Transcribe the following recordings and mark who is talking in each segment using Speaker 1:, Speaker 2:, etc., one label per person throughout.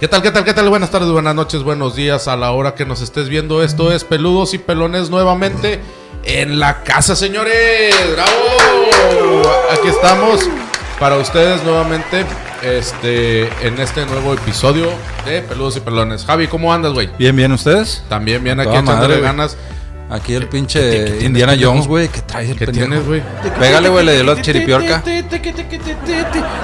Speaker 1: ¿Qué tal, qué tal, qué tal? Buenas tardes, buenas noches, buenos días a la hora que nos estés viendo. Esto es Peludos y Pelones nuevamente en la casa, señores. ¡Bravo! Aquí estamos para ustedes nuevamente este, en este nuevo episodio de Peludos y Pelones. Javi, ¿cómo andas, güey?
Speaker 2: Bien, bien, ¿ustedes?
Speaker 1: También bien aquí
Speaker 2: Toda madre,
Speaker 1: echándole
Speaker 2: güey.
Speaker 1: ganas.
Speaker 2: Aquí el
Speaker 1: qué- qué
Speaker 2: pinche
Speaker 1: tienes,
Speaker 2: Indiana
Speaker 1: pendejo?
Speaker 2: Jones, güey, que trae el
Speaker 1: ¿Qué
Speaker 2: pendejo.
Speaker 1: tienes, güey?
Speaker 2: Pégale, güey, le dio la chiripiorca.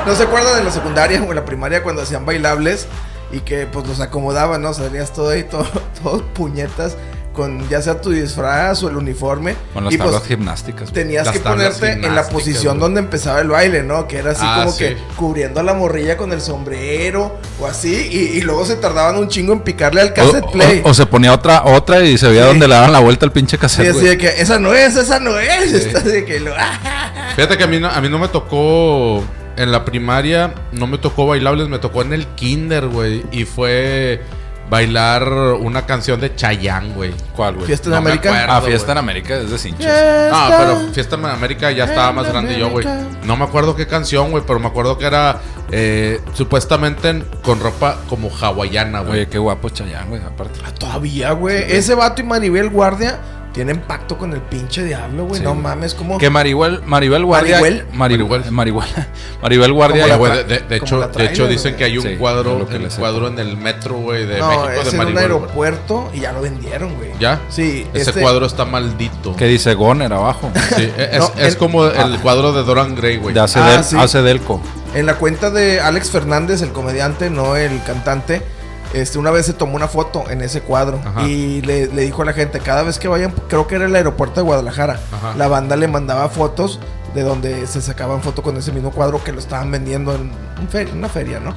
Speaker 3: ¿No se acuerdan de la secundaria o en la primaria cuando hacían bailables y que pues los acomodaban, ¿no? Salías todo ahí, todo, todos puñetas, con ya sea tu disfraz o el uniforme.
Speaker 2: Con las
Speaker 3: y pues
Speaker 2: tablas gimnásticas. güey.
Speaker 3: tenías
Speaker 1: Las
Speaker 3: que
Speaker 1: tablas
Speaker 3: ponerte en la
Speaker 1: gimnásticas,
Speaker 3: posición
Speaker 1: güey.
Speaker 3: donde empezaba el baile, ¿no? Que era así
Speaker 1: Ah,
Speaker 3: como
Speaker 1: sí.
Speaker 3: que cubriendo a la morrilla con el sombrero o así. Y, y luego se tardaban un chingo en picarle al cassette play.
Speaker 2: O, o- o se ponía otra otra y se veía
Speaker 3: Sí.
Speaker 2: donde le daban la vuelta al pinche
Speaker 3: Sí,
Speaker 2: cassette,
Speaker 3: así
Speaker 2: güey.
Speaker 3: de que esa no es, esa no es.
Speaker 2: Sí.
Speaker 3: Así de que lo- "Ah,
Speaker 1: Fíjate que a mí, no, a mí no me tocó en la primaria, no me tocó bailables, me tocó en el kinder, güey. Y fue bailar una canción de Chayanne, güey.
Speaker 2: ¿Cuál, güey?
Speaker 3: Fiesta en
Speaker 1: No me
Speaker 3: América.
Speaker 1: acuerdo,
Speaker 2: Ah, Fiesta
Speaker 1: güey.
Speaker 2: en América es de cinches.
Speaker 1: Ah, pero Fiesta en América ya estaba más grande yo, güey. No me acuerdo qué canción, güey, pero me acuerdo que era eh, supuestamente en- con ropa como hawaiana, güey.
Speaker 2: Oye, qué guapo Chayán, güey, aparte.
Speaker 3: Todavía, güey. Ese vato y Maribel Guardia tienen pacto con el pinche diablo, güey.
Speaker 2: Sí.
Speaker 3: No mames, como.
Speaker 2: Que Maribel, Maribel Guardia.
Speaker 3: Oh. Maribel.
Speaker 2: Maribel. Maribel, Maribel Guardia.
Speaker 3: Como la
Speaker 1: Güey, de,
Speaker 3: tra-
Speaker 1: de- de
Speaker 3: como
Speaker 1: hecho,
Speaker 3: la
Speaker 1: de hecho
Speaker 3: trailer,
Speaker 1: dicen que hay un
Speaker 2: Sí, es
Speaker 1: cuadro,
Speaker 2: lo que
Speaker 1: un
Speaker 2: les sé.
Speaker 1: cuadro en el metro, güey, de
Speaker 3: no,
Speaker 1: México
Speaker 3: es
Speaker 1: de
Speaker 3: en un
Speaker 1: Maribel. güey.
Speaker 3: aeropuerto y ya lo vendieron, güey.
Speaker 1: ¿Ya?
Speaker 3: Sí.
Speaker 1: Ese
Speaker 3: este-
Speaker 1: cuadro está maldito.
Speaker 2: que dice Goner abajo.
Speaker 1: Sí, es,
Speaker 3: No,
Speaker 1: es
Speaker 3: el-
Speaker 1: como el cuadro de Doran Gray, güey.
Speaker 2: De hace,
Speaker 3: Ah,
Speaker 2: del,
Speaker 3: sí.
Speaker 2: hace Delco.
Speaker 3: En la cuenta de Alex Fernández, el comediante, no el cantante, este, una vez se tomó una foto en ese cuadro
Speaker 1: Ajá.
Speaker 3: y le, le dijo a la gente, cada vez que vayan, creo que era el aeropuerto de Guadalajara,
Speaker 1: Ajá.
Speaker 3: la banda le mandaba fotos de donde se sacaban foto con ese mismo cuadro que lo estaban vendiendo en un fer- una feria, ¿no?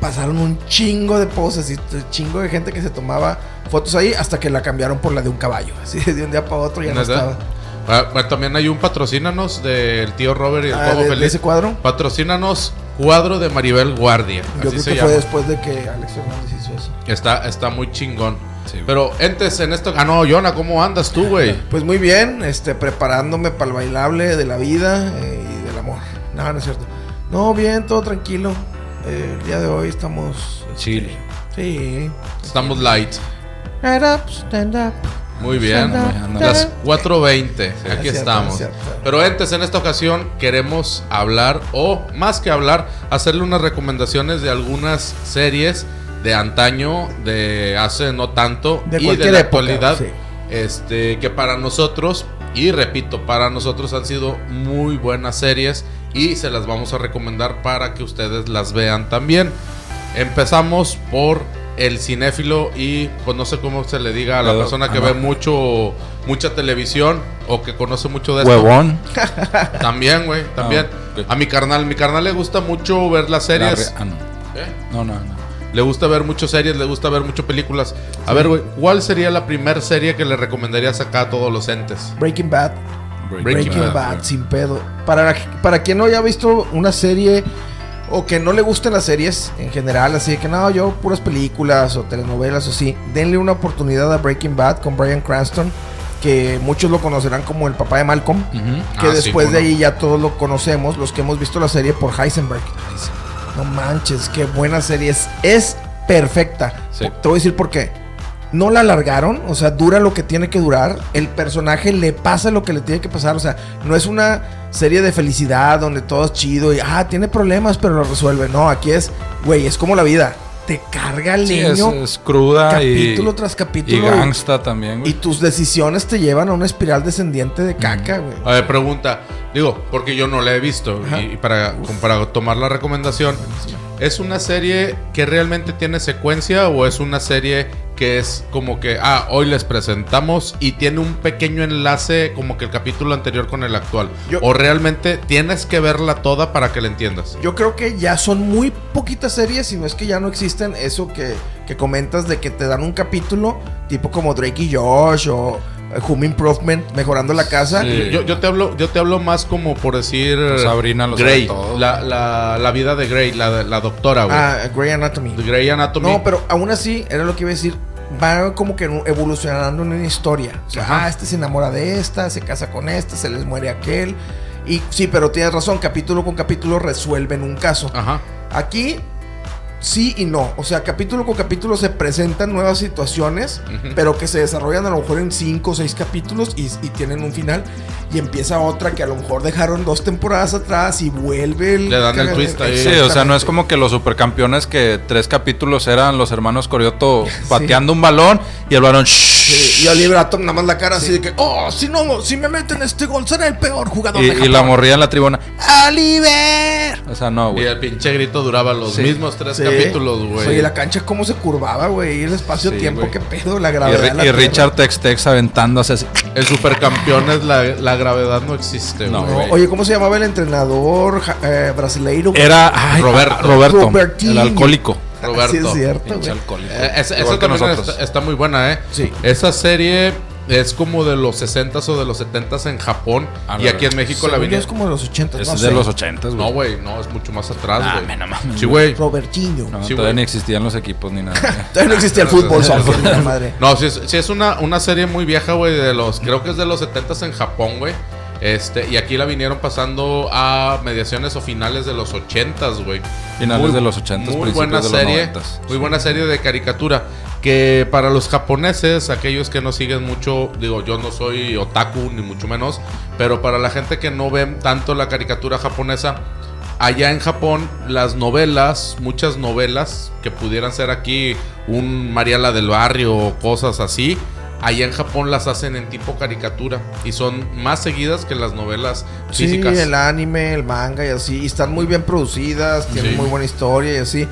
Speaker 3: Pasaron un chingo de poses y un chingo de gente que se tomaba fotos ahí hasta que la cambiaron por la de un caballo. Así de un día para otro ya no
Speaker 1: ¿Neta?
Speaker 3: estaba.
Speaker 1: Ah, ah, también hay un patrocínanos del tío Robert y el
Speaker 3: Ah,
Speaker 1: Juego
Speaker 3: de- de
Speaker 1: Feliz.
Speaker 3: ese cuadro.
Speaker 1: Patrocínanos cuadro de Maribel Guardia.
Speaker 3: Yo
Speaker 1: así
Speaker 3: creo
Speaker 1: se
Speaker 3: que
Speaker 1: llama.
Speaker 3: fue después de que Alex Fernández hizo eso.
Speaker 1: Está, está muy chingón.
Speaker 2: Sí, güey.
Speaker 1: Pero entes en esto. Ah, no, Yona, ¿cómo andas tú, güey?
Speaker 3: Pues muy bien, este, preparándome para el bailable de la vida eh, y del amor. No, no es cierto. No, bien, todo tranquilo. Eh, el día de hoy estamos. este,
Speaker 2: Chile.
Speaker 3: Sí.
Speaker 1: Estamos light.
Speaker 3: Stand up, pues, stand up.
Speaker 1: Muy bien.
Speaker 2: Ándale, ándale.
Speaker 1: Las 4.20.
Speaker 3: es
Speaker 1: Aquí
Speaker 3: Ah, cierto,
Speaker 1: estamos.
Speaker 3: es cierto.
Speaker 1: Pero entes, en esta ocasión queremos hablar, o más que hablar, hacerle unas recomendaciones de algunas series de antaño, de hace no tanto,
Speaker 3: De
Speaker 1: y de
Speaker 3: cualquier
Speaker 1: la
Speaker 3: época,
Speaker 1: actualidad.
Speaker 3: sí.
Speaker 1: Este, que para nosotros, y repito, para nosotros han sido muy buenas series y se las vamos a recomendar para que ustedes las vean también. Empezamos por el cinéfilo y pues no sé cómo se le diga a la
Speaker 2: Pero,
Speaker 1: persona que
Speaker 2: ah,
Speaker 1: ve
Speaker 2: no.
Speaker 1: mucho mucha televisión o que conoce mucho de esto.
Speaker 2: Huevón.
Speaker 1: También, güey, también.
Speaker 2: Ah, ok.
Speaker 1: A mi carnal, mi carnal le gusta mucho ver las
Speaker 2: La
Speaker 1: series.
Speaker 2: re- ah, no.
Speaker 1: ¿Eh?
Speaker 2: No, no, no.
Speaker 1: Le gusta ver muchas series, le gusta ver muchas películas. A ver, güey, ¿cuál sería la primera serie que le recomendarías acá a todos los entes?
Speaker 3: Breaking Bad.
Speaker 1: Breaking
Speaker 3: Breaking,
Speaker 1: Bad,
Speaker 3: Bad, sin pedo. Para, para quien no haya visto una serie o que no le gusten las series en general, así de que no, yo puras películas o telenovelas o sí, denle una oportunidad a Breaking Bad con Brian Cranston, que muchos lo conocerán como el papá de Malcolm,
Speaker 2: Ujú.
Speaker 1: Ah,
Speaker 3: que
Speaker 1: sí,
Speaker 3: después
Speaker 1: cómo
Speaker 3: de
Speaker 1: no.
Speaker 3: ahí ya todos lo conocemos, los que hemos visto la serie por Heisenberg. No manches, qué buena serie es. Es perfecta.
Speaker 2: Sí.
Speaker 3: Te voy a decir por qué. No la alargaron, o sea, dura lo que tiene que durar. El personaje le pasa lo que le tiene que pasar. O sea, no es una serie de felicidad donde todo es chido y, ah, tiene problemas, pero lo resuelve. No, aquí es, güey, es como la vida. Te carga el
Speaker 2: Sí,
Speaker 3: leño
Speaker 2: es, es cruda
Speaker 3: capítulo
Speaker 2: y,
Speaker 3: tras capítulo.
Speaker 2: y gangsta también,
Speaker 3: y
Speaker 2: güey.
Speaker 3: tus decisiones te llevan a una espiral descendiente de caca, güey.
Speaker 1: A ver, pregunta. Digo, porque yo no la he visto.
Speaker 3: Ajá.
Speaker 1: Y, y para, como para tomar la recomendación, ¿es una serie que realmente tiene secuencia o es una serie que es como que, ah, hoy les presentamos y tiene un pequeño enlace como que el capítulo anterior con el actual?
Speaker 3: Yo-
Speaker 1: ¿O realmente tienes que verla toda para que la entiendas?
Speaker 3: Yo creo que ya son muy poquitas series, si no es que ya no existen eso que, que comentas de que te dan un capítulo, tipo como Drake y Josh o eh, Home Improvement, mejorando la casa.
Speaker 2: Sí.
Speaker 1: Yo, yo te hablo, yo te hablo más como por decir
Speaker 2: Pues Sabrina lo sabe
Speaker 1: Grey,
Speaker 2: todo.
Speaker 1: la, la, la vida de Grey, la, la doctora, güey.
Speaker 3: Ah, Grey Anatomy.
Speaker 1: Grey Anatomy.
Speaker 3: No, pero aún así, era lo que iba a decir. Va como que evolucionando en una historia. O sea,
Speaker 1: Ajá.
Speaker 3: ah, este se enamora de esta, se casa con esta, se les muere aquel. Y sí, pero tienes razón, capítulo con capítulo resuelven un caso.
Speaker 1: Ajá.
Speaker 3: Aquí sí y no. O sea, capítulo con capítulo se presentan nuevas situaciones,
Speaker 1: Ujú.
Speaker 3: pero que se desarrollan a lo mejor en cinco o seis capítulos y, y tienen un final. Y empieza otra que a lo mejor dejaron dos temporadas atrás y vuelve el.
Speaker 1: Le dan el
Speaker 3: caga-
Speaker 1: twist ahí.
Speaker 2: Sí, o sea, no es
Speaker 3: Exactamente.
Speaker 2: como que los supercampeones que tres capítulos eran los hermanos Corioto pateando un balón y el balón.
Speaker 3: Sí, y Oliver Atom nada más la cara así de que, oh, si no, si me meten este gol, será el peor jugador
Speaker 2: Y,
Speaker 3: de
Speaker 2: y la
Speaker 3: Japón".
Speaker 2: morría en la tribuna.
Speaker 3: ¡Oliver!
Speaker 2: O sea, no,
Speaker 1: Y
Speaker 2: güey.
Speaker 1: el pinche grito duraba los
Speaker 2: Sí.
Speaker 1: mismos tres
Speaker 3: Sí.
Speaker 1: capítulos, güey.
Speaker 3: Oye, la cancha cómo se curvaba, güey. El espacio-tiempo,
Speaker 2: Sí, güey.
Speaker 3: qué pedo, la
Speaker 2: Y,
Speaker 3: gravedad.
Speaker 2: Ri-
Speaker 3: de
Speaker 2: y
Speaker 3: la tierra.
Speaker 2: Richard Tex Tex aventándose así.
Speaker 1: El supercampeones, la, la gravedad no existe,
Speaker 2: No,
Speaker 1: güey.
Speaker 3: No, oye, ¿cómo se llamaba el entrenador ja- eh, brasileiro? güey?
Speaker 2: Era ay,
Speaker 1: Roberto.
Speaker 2: Roberto,
Speaker 3: Robertinho.
Speaker 2: el alcohólico.
Speaker 1: Roberto.
Speaker 3: Sí, es cierto,
Speaker 2: Pinche
Speaker 3: güey.
Speaker 2: alcohólico.
Speaker 1: Eh, esa esa
Speaker 2: Igual que
Speaker 1: también
Speaker 2: nosotros.
Speaker 1: está, está muy buena, ¿eh?
Speaker 3: Sí.
Speaker 1: Esa serie es como de los 60s o de los 70s en Japón.
Speaker 2: Ah,
Speaker 1: y
Speaker 2: la
Speaker 1: aquí
Speaker 2: Este
Speaker 1: en México la
Speaker 3: Según yo es
Speaker 1: vinieron.
Speaker 3: como de los 80,
Speaker 2: Es
Speaker 3: no
Speaker 2: de
Speaker 3: sé.
Speaker 2: los ochentas, güey.
Speaker 1: No, güey, no, es mucho más atrás,
Speaker 2: Ah,
Speaker 1: güey.
Speaker 2: me no mames.
Speaker 1: sí, güey.
Speaker 3: Robertinho.
Speaker 2: No, Este
Speaker 1: Sí,
Speaker 2: todavía
Speaker 1: güey.
Speaker 2: ni existían los equipos ni nada.
Speaker 3: Todavía no existía el fútbol, soccer, la madre.
Speaker 1: No, sí es, sí es una, una serie muy vieja, güey, de los, creo que es de los 70s en Japón, güey. Este, y aquí la vinieron pasando a mediaciones o finales de los 80s, güey.
Speaker 2: Finales
Speaker 1: Muy-
Speaker 2: de los 80s,
Speaker 1: muy
Speaker 2: principios
Speaker 1: buena
Speaker 2: de los
Speaker 1: serie,
Speaker 2: 90s.
Speaker 1: Muy buena serie de caricatura. Que para los japoneses, aquellos que no siguen mucho, digo, yo no soy otaku, ni mucho menos, pero para la gente que no ve tanto la caricatura japonesa, allá en Japón, las novelas, muchas novelas que pudieran ser aquí un Mariala del Barrio o cosas así, allá en Japón las hacen en tipo caricatura y son más seguidas que las novelas
Speaker 3: Sí,
Speaker 1: físicas.
Speaker 3: el anime, el manga y así. Y están muy bien producidas, tienen
Speaker 1: Sí.
Speaker 3: muy buena historia y así.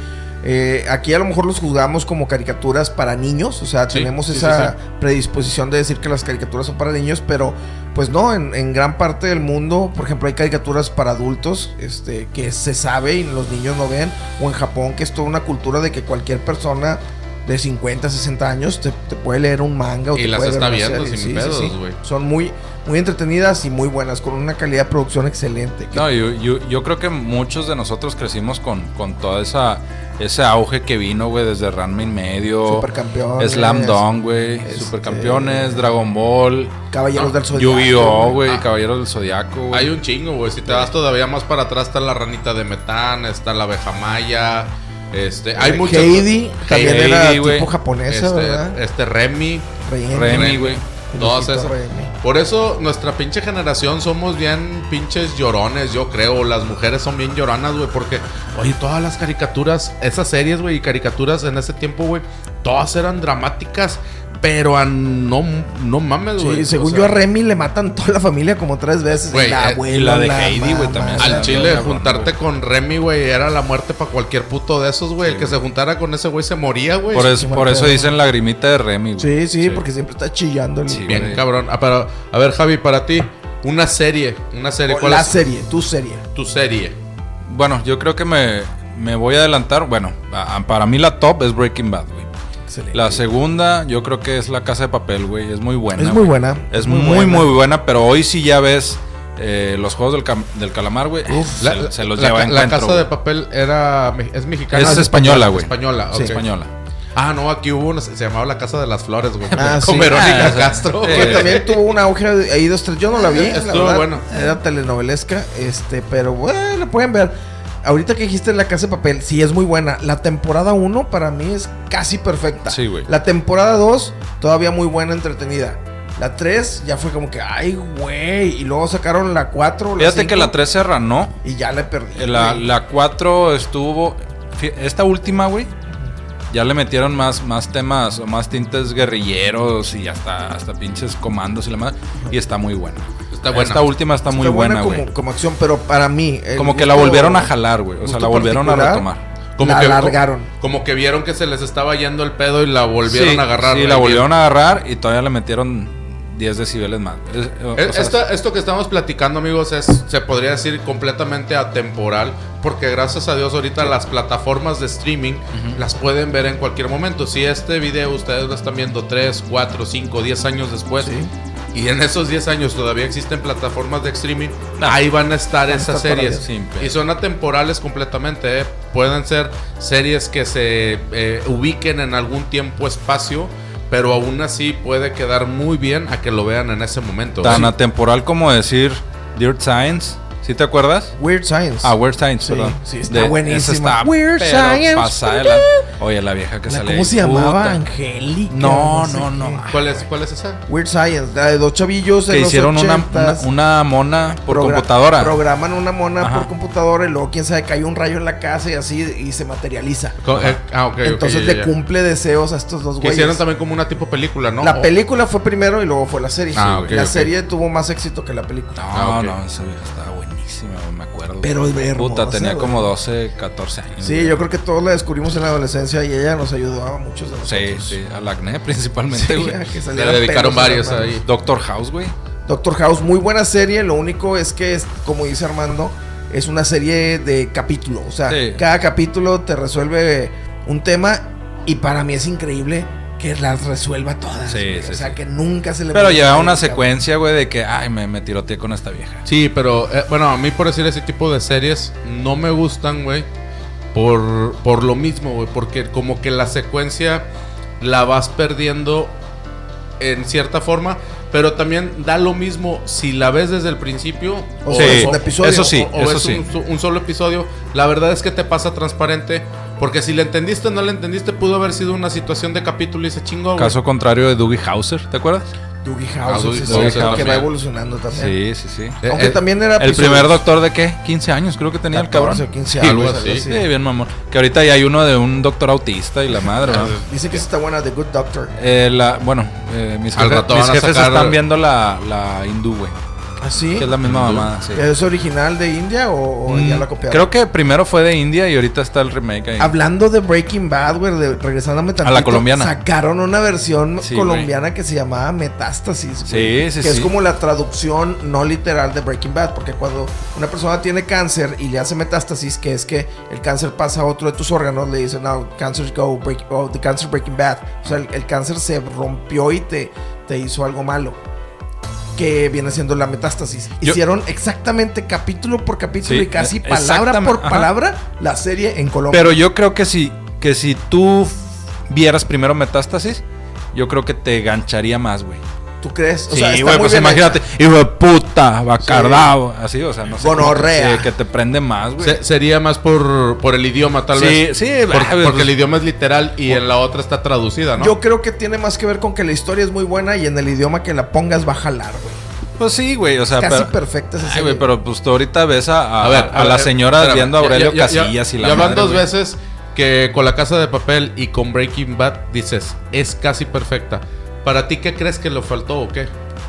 Speaker 3: Eh, aquí a lo mejor los juzgamos como caricaturas para niños, o sea,
Speaker 1: Sí,
Speaker 3: tenemos
Speaker 1: sí, sí,
Speaker 3: esa
Speaker 1: sí.
Speaker 3: predisposición de decir que las caricaturas son para niños, pero pues no, en, en gran parte del mundo, por ejemplo, hay caricaturas para adultos este, que se sabe y los niños no ven, o en Japón que es toda una cultura de que cualquier persona de 50, 60 años te, te puede leer un manga o
Speaker 1: Y
Speaker 3: te
Speaker 1: las
Speaker 3: puede ver
Speaker 1: está
Speaker 3: una
Speaker 1: viendo
Speaker 3: serie.
Speaker 1: sin pedos, güey.
Speaker 3: Son muy, muy entretenidas y muy buenas, con una calidad de producción excelente.
Speaker 2: No, yo, yo- yo creo que muchos de nosotros crecimos con, con toda esa ese auge que vino, güey, desde Ranma y medio,
Speaker 3: Supercampeones.
Speaker 2: Slam Dunk, güey,
Speaker 3: este,
Speaker 2: Supercampeones, Dragon Ball,
Speaker 3: Caballeros del Zodiaco.
Speaker 2: Yu-Gi-Oh,
Speaker 3: güey.
Speaker 2: güey,
Speaker 1: Ah.
Speaker 2: Caballeros del Zodiaco, güey.
Speaker 1: Hay un chingo, güey. Si te vas todavía más para atrás, está la ranita de metán, está la abeja maya. Este, hay
Speaker 3: Eh,
Speaker 1: muchas.
Speaker 3: Heidi también
Speaker 1: Heidi,
Speaker 3: era
Speaker 2: güey. eh,
Speaker 3: tipo japonesa, ¿verdad?
Speaker 1: Este, este Remy.
Speaker 3: Remy.
Speaker 2: Remy, güey.
Speaker 1: Todas
Speaker 3: Luisito
Speaker 1: esas.
Speaker 3: Remy.
Speaker 1: Por eso nuestra pinche generación somos bien pinches llorones, yo creo. Las mujeres son bien lloronas, güey, porque, oye, todas las caricaturas, esas series, güey, y caricaturas en ese tiempo, güey, todas eran dramáticas, pero a no, no mames,
Speaker 3: Sí,
Speaker 1: güey. O
Speaker 3: según
Speaker 1: sea,
Speaker 3: yo a Remy le matan toda la familia como tres veces.
Speaker 1: Güey, eh, y
Speaker 2: la de Heidi, güey,
Speaker 3: mamá,
Speaker 2: también.
Speaker 3: la-
Speaker 1: Al
Speaker 2: Está
Speaker 1: chile,
Speaker 2: bien, cabrón,
Speaker 1: juntarte con Remy, güey, era la muerte para cualquier puto de esos, güey.
Speaker 2: Sí,
Speaker 1: el que
Speaker 2: güey.
Speaker 1: se juntara con ese güey se moría, güey.
Speaker 2: por
Speaker 3: sí,
Speaker 2: eso,
Speaker 3: sí me
Speaker 2: por eso
Speaker 3: acuerdo.
Speaker 2: dicen lagrimita de Remy, güey.
Speaker 3: Sí, sí, porque siempre está chillando. el-
Speaker 2: Sí,
Speaker 1: Bien,
Speaker 2: güey.
Speaker 1: cabrón. Ah, pero, a ver, Javi, para ti, una serie. Una serie.
Speaker 3: O
Speaker 1: ¿Cuál
Speaker 3: la
Speaker 1: es
Speaker 3: serie, tu serie.
Speaker 1: tu serie?
Speaker 2: Bueno, yo creo que me, me voy a adelantar. Bueno, a- a- para mí la top es Breaking Bad, güey.
Speaker 3: Excelente.
Speaker 2: La segunda, yo creo que es La Casa de Papel, güey. Es muy buena.
Speaker 3: es muy
Speaker 2: güey.
Speaker 3: buena.
Speaker 2: Es muy, muy, buena. pero hoy sí ya ves eh, los juegos del, cam- del calamar, güey. Se,
Speaker 1: La-
Speaker 2: se los
Speaker 1: la,
Speaker 2: lleva
Speaker 1: la,
Speaker 2: en
Speaker 1: la casa de papel era me- es mexicana.
Speaker 2: Es
Speaker 1: Ah,
Speaker 2: española, güey.
Speaker 1: Española,
Speaker 3: Sí.
Speaker 1: ok.
Speaker 2: española.
Speaker 1: Ah, no, aquí hubo una, se llamaba la casa de las flores, güey.
Speaker 3: Ah,
Speaker 1: con
Speaker 3: sí.
Speaker 1: Verónica
Speaker 2: Ah, sí.
Speaker 1: Castro.
Speaker 2: Eh,
Speaker 1: güey.
Speaker 3: Que también tuvo un auge ahí dos, tres. Yo no la vi. la
Speaker 1: Estuvo
Speaker 3: verdad.
Speaker 1: bueno.
Speaker 3: Era telenovelesca. Este, pero bueno, la pueden ver. Ahorita que dijiste La Casa de Papel, sí es muy buena. La temporada 1 para mí es casi perfecta.
Speaker 2: Sí, güey.
Speaker 3: La temporada 2 todavía muy buena, entretenida. La 3 ya fue como que, ay, güey. Y luego sacaron la 4.
Speaker 2: Fíjate que la 3 se ranó. eh,
Speaker 3: Y ya la perdí.
Speaker 2: La,
Speaker 3: güey.
Speaker 2: la 4 estuvo. fi- Esta última, güey. Ya le metieron más, más temas o más tintes guerrilleros y hasta, hasta pinches comandos y la más. Y está muy buena.
Speaker 1: Está buena.
Speaker 2: Esta última está muy
Speaker 3: Está
Speaker 2: buena, güey.
Speaker 3: como,
Speaker 2: Como,
Speaker 3: como acción, pero para mí. el
Speaker 2: que la
Speaker 3: gusto-
Speaker 2: volvieron a jalar, güey. O sea,
Speaker 3: gusto
Speaker 2: la volvieron a
Speaker 3: particular,
Speaker 2: retomar.
Speaker 3: la alargaron.
Speaker 1: Como, que vieron que se les estaba yendo el pedo y la volvieron
Speaker 2: Sí,
Speaker 1: a agarrar.
Speaker 2: Sí,
Speaker 1: güey,
Speaker 2: la
Speaker 1: bien.
Speaker 2: volvieron a agarrar y todavía le metieron 10 decibeles más. Es- o- o
Speaker 1: Eh,
Speaker 2: sea,
Speaker 1: esta- esto que estamos platicando, amigos, es, se podría decir completamente atemporal, porque gracias a Dios ahorita las plataformas de streaming las pueden ver en cualquier momento. Si este video ustedes lo están viendo 3, 4, 5, 10 años después,
Speaker 3: Sí.
Speaker 1: y en esos 10 años todavía existen plataformas de streaming,
Speaker 2: Ah.
Speaker 1: ahí van a estar esas
Speaker 3: estar
Speaker 1: series.
Speaker 2: todavía. Sin pedo.
Speaker 1: Y son atemporales completamente. ¿eh? Pueden ser series que se eh, ubiquen en algún tiempo, espacio. Pero aún así puede quedar muy bien a que lo vean en ese momento.
Speaker 2: tan
Speaker 1: Sí.
Speaker 2: atemporal como decir Dirt Science. ¿Sí te acuerdas?
Speaker 3: Weird Science.
Speaker 2: Ah, Weird Science,
Speaker 3: Sí,
Speaker 2: perdón.
Speaker 3: sí, está buenísima.
Speaker 2: Weird
Speaker 3: Weird
Speaker 2: Science.
Speaker 3: Science.
Speaker 2: Oye, la vieja que
Speaker 3: La-
Speaker 2: sale.
Speaker 3: ¿Cómo
Speaker 2: ahí,
Speaker 3: se llamaba?
Speaker 2: puta.
Speaker 3: Angélica.
Speaker 2: No,
Speaker 3: sé
Speaker 2: no,
Speaker 3: qué.
Speaker 2: no.
Speaker 1: ¿Cuál es, ¿Cuál es esa?
Speaker 3: Weird Science, la de dos chavillos en
Speaker 2: Que
Speaker 3: los
Speaker 2: hicieron una, una,
Speaker 3: 80s.
Speaker 2: una mona por
Speaker 3: Progra-
Speaker 2: computadora.
Speaker 3: Programan una mona
Speaker 2: Ajá.
Speaker 3: por computadora y luego quién sabe cae un rayo en la casa y así y se materializa.
Speaker 1: Co- eh, ah, ok. ok,
Speaker 3: Entonces
Speaker 1: ya,
Speaker 3: le
Speaker 1: ya.
Speaker 3: cumple deseos a estos dos
Speaker 1: Que
Speaker 3: güeyes.
Speaker 1: hicieron también como una tipo película, ¿no?
Speaker 3: La
Speaker 1: O-
Speaker 3: película fue primero y luego fue la serie.
Speaker 1: Ah,
Speaker 3: Sí,
Speaker 1: ok,
Speaker 3: la
Speaker 1: ok.
Speaker 3: serie tuvo más éxito que la película.
Speaker 2: No,
Speaker 1: Ah, ok.
Speaker 2: no, esa vieja estaba buenísima, güey, me acuerdo.
Speaker 3: Pero es hermosa,
Speaker 2: Puta, tenía
Speaker 3: güey.
Speaker 2: como 12, 14 años.
Speaker 3: Sí, yo creo que todos la descubrimos en la adolescencia y ella nos ayudó a muchos de
Speaker 2: Sí,
Speaker 3: nosotros.
Speaker 2: sí, al acné principalmente,
Speaker 3: Sí,
Speaker 2: güey.
Speaker 3: a que
Speaker 1: Le
Speaker 3: salieran
Speaker 1: dedicaron
Speaker 3: pelos en las
Speaker 1: varios
Speaker 3: manos.
Speaker 1: ahí.
Speaker 2: Doctor House, güey.
Speaker 3: Doctor House, muy buena serie. Lo único es que, es, como dice Armando, es una serie de capítulos. O sea,
Speaker 2: Sí.
Speaker 3: cada capítulo te resuelve un tema. Y para mí es increíble que las resuelva todas.
Speaker 2: Sí,
Speaker 3: güey.
Speaker 2: sí,
Speaker 3: o sea,
Speaker 2: sí.
Speaker 3: que nunca se le.
Speaker 2: Pero
Speaker 3: vuelve a
Speaker 2: llevaba
Speaker 3: caer,
Speaker 2: una
Speaker 3: cabrón.
Speaker 2: secuencia, güey, de que, ay, me, me tiroteé con esta vieja.
Speaker 1: Sí, pero eh, bueno, a mí por decir ese tipo de series no me gustan, güey. Por, por lo mismo, güey. Porque como que la secuencia la vas perdiendo en cierta forma. Pero también da lo mismo si la ves desde el principio
Speaker 3: O
Speaker 2: Sí,
Speaker 3: es un episodio,
Speaker 2: eso sí,
Speaker 1: o, o
Speaker 2: eso
Speaker 1: ves
Speaker 2: sí.
Speaker 1: un, so- un solo episodio. La verdad es que te pasa transparente. Porque si la entendiste o no la entendiste, pudo haber sido una situación de capítulo y se chingó, güey.
Speaker 2: Caso contrario de Dougie Hauser, ¿te acuerdas?
Speaker 3: Doogie
Speaker 1: Ah,
Speaker 3: House,
Speaker 1: Doogie
Speaker 3: sí, sí,
Speaker 1: House
Speaker 3: sí, que
Speaker 1: también.
Speaker 3: va evolucionando también.
Speaker 2: Sí, sí, sí.
Speaker 1: Eh,
Speaker 3: Aunque
Speaker 1: eh,
Speaker 3: también era.
Speaker 2: El primer doctor de qué? 15 años creo que tenía el cabrón.
Speaker 3: O 15
Speaker 1: Sí,
Speaker 3: años,
Speaker 1: algo
Speaker 3: algo
Speaker 1: así.
Speaker 3: así.
Speaker 2: Sí, bien mamón. Que ahorita ya hay uno de un doctor autista y la madre, ¿no?
Speaker 3: Dice que está buena The Good Doctor.
Speaker 2: Eh, la, bueno, eh, mis,
Speaker 1: Al
Speaker 2: jefes-
Speaker 1: rato
Speaker 2: mis
Speaker 1: van a
Speaker 2: jefes
Speaker 1: sacar-
Speaker 2: están viendo la, la hindú, güey.
Speaker 3: ¿Así?
Speaker 2: Que es la misma mamada, sí.
Speaker 3: ¿Ah,
Speaker 2: Mm,
Speaker 3: ¿Es original de India o, o ya la copiaron? Ah,
Speaker 2: Creo que primero fue de India y ahorita está el remake ahí.
Speaker 3: Hablando de Breaking Bad, güey, de- regresándome tantito,
Speaker 2: colombiana.
Speaker 3: Sacaron una versión
Speaker 2: Sí,
Speaker 3: colombiana que se llamaba Metástasis,
Speaker 2: Sí,
Speaker 3: güey.
Speaker 2: sí,
Speaker 3: Que es
Speaker 2: sí.
Speaker 3: como la traducción no literal de Breaking Bad, porque cuando una persona tiene cáncer y le hace metástasis, que es que el cáncer pasa a otro de tus órganos, le dicen, no, cancer go, break, oh, the cancer Breaking Bad. O sea, el, el cáncer se rompió y te, te hizo algo malo. Que viene siendo la metástasis.
Speaker 2: Yo-
Speaker 3: Hicieron exactamente capítulo por capítulo
Speaker 2: Sí,
Speaker 3: y casi
Speaker 2: eh,
Speaker 3: palabra
Speaker 2: exactamente,
Speaker 3: por
Speaker 2: ajá.
Speaker 3: palabra la serie en Colombia.
Speaker 2: Pero yo creo que si, que si tú vieras primero Metástasis, yo creo que te gancharía más, güey.
Speaker 3: ¿Tú crees?
Speaker 2: Sí,
Speaker 3: sea, está
Speaker 2: güey,
Speaker 3: muy
Speaker 2: pues
Speaker 3: bien
Speaker 2: imagínate. Hijo de puta, bacardao. Así, o sea, no sé.
Speaker 3: Gonorrea.
Speaker 2: cómo- sí, que te prende más, güey.
Speaker 1: Se- sería más por, por el idioma, tal
Speaker 2: Sí,
Speaker 1: vez.
Speaker 2: sí,
Speaker 1: Por-
Speaker 2: ah, pues-
Speaker 1: porque el idioma es literal y en la otra está traducida, ¿no?
Speaker 3: Yo creo que tiene más que ver con que la historia es muy buena y en el idioma que la pongas va a jalar, güey.
Speaker 2: Pues sí, güey. O sea,
Speaker 3: Casi
Speaker 2: pero-
Speaker 3: perfecta esa
Speaker 2: Ay,
Speaker 3: serie.
Speaker 2: güey, pero pues tú ahorita ves a, a, a
Speaker 1: ver,
Speaker 2: la señora
Speaker 1: espérame.
Speaker 2: viendo a
Speaker 1: Ya-
Speaker 2: Aurelio
Speaker 1: ya- ya-
Speaker 2: Casillas y la
Speaker 1: Ya van
Speaker 2: madre,
Speaker 1: dos
Speaker 2: güey.
Speaker 1: veces que con La Casa de Papel y con Breaking Bad dices, es casi perfecta. ¿Para ti qué crees que le faltó o qué?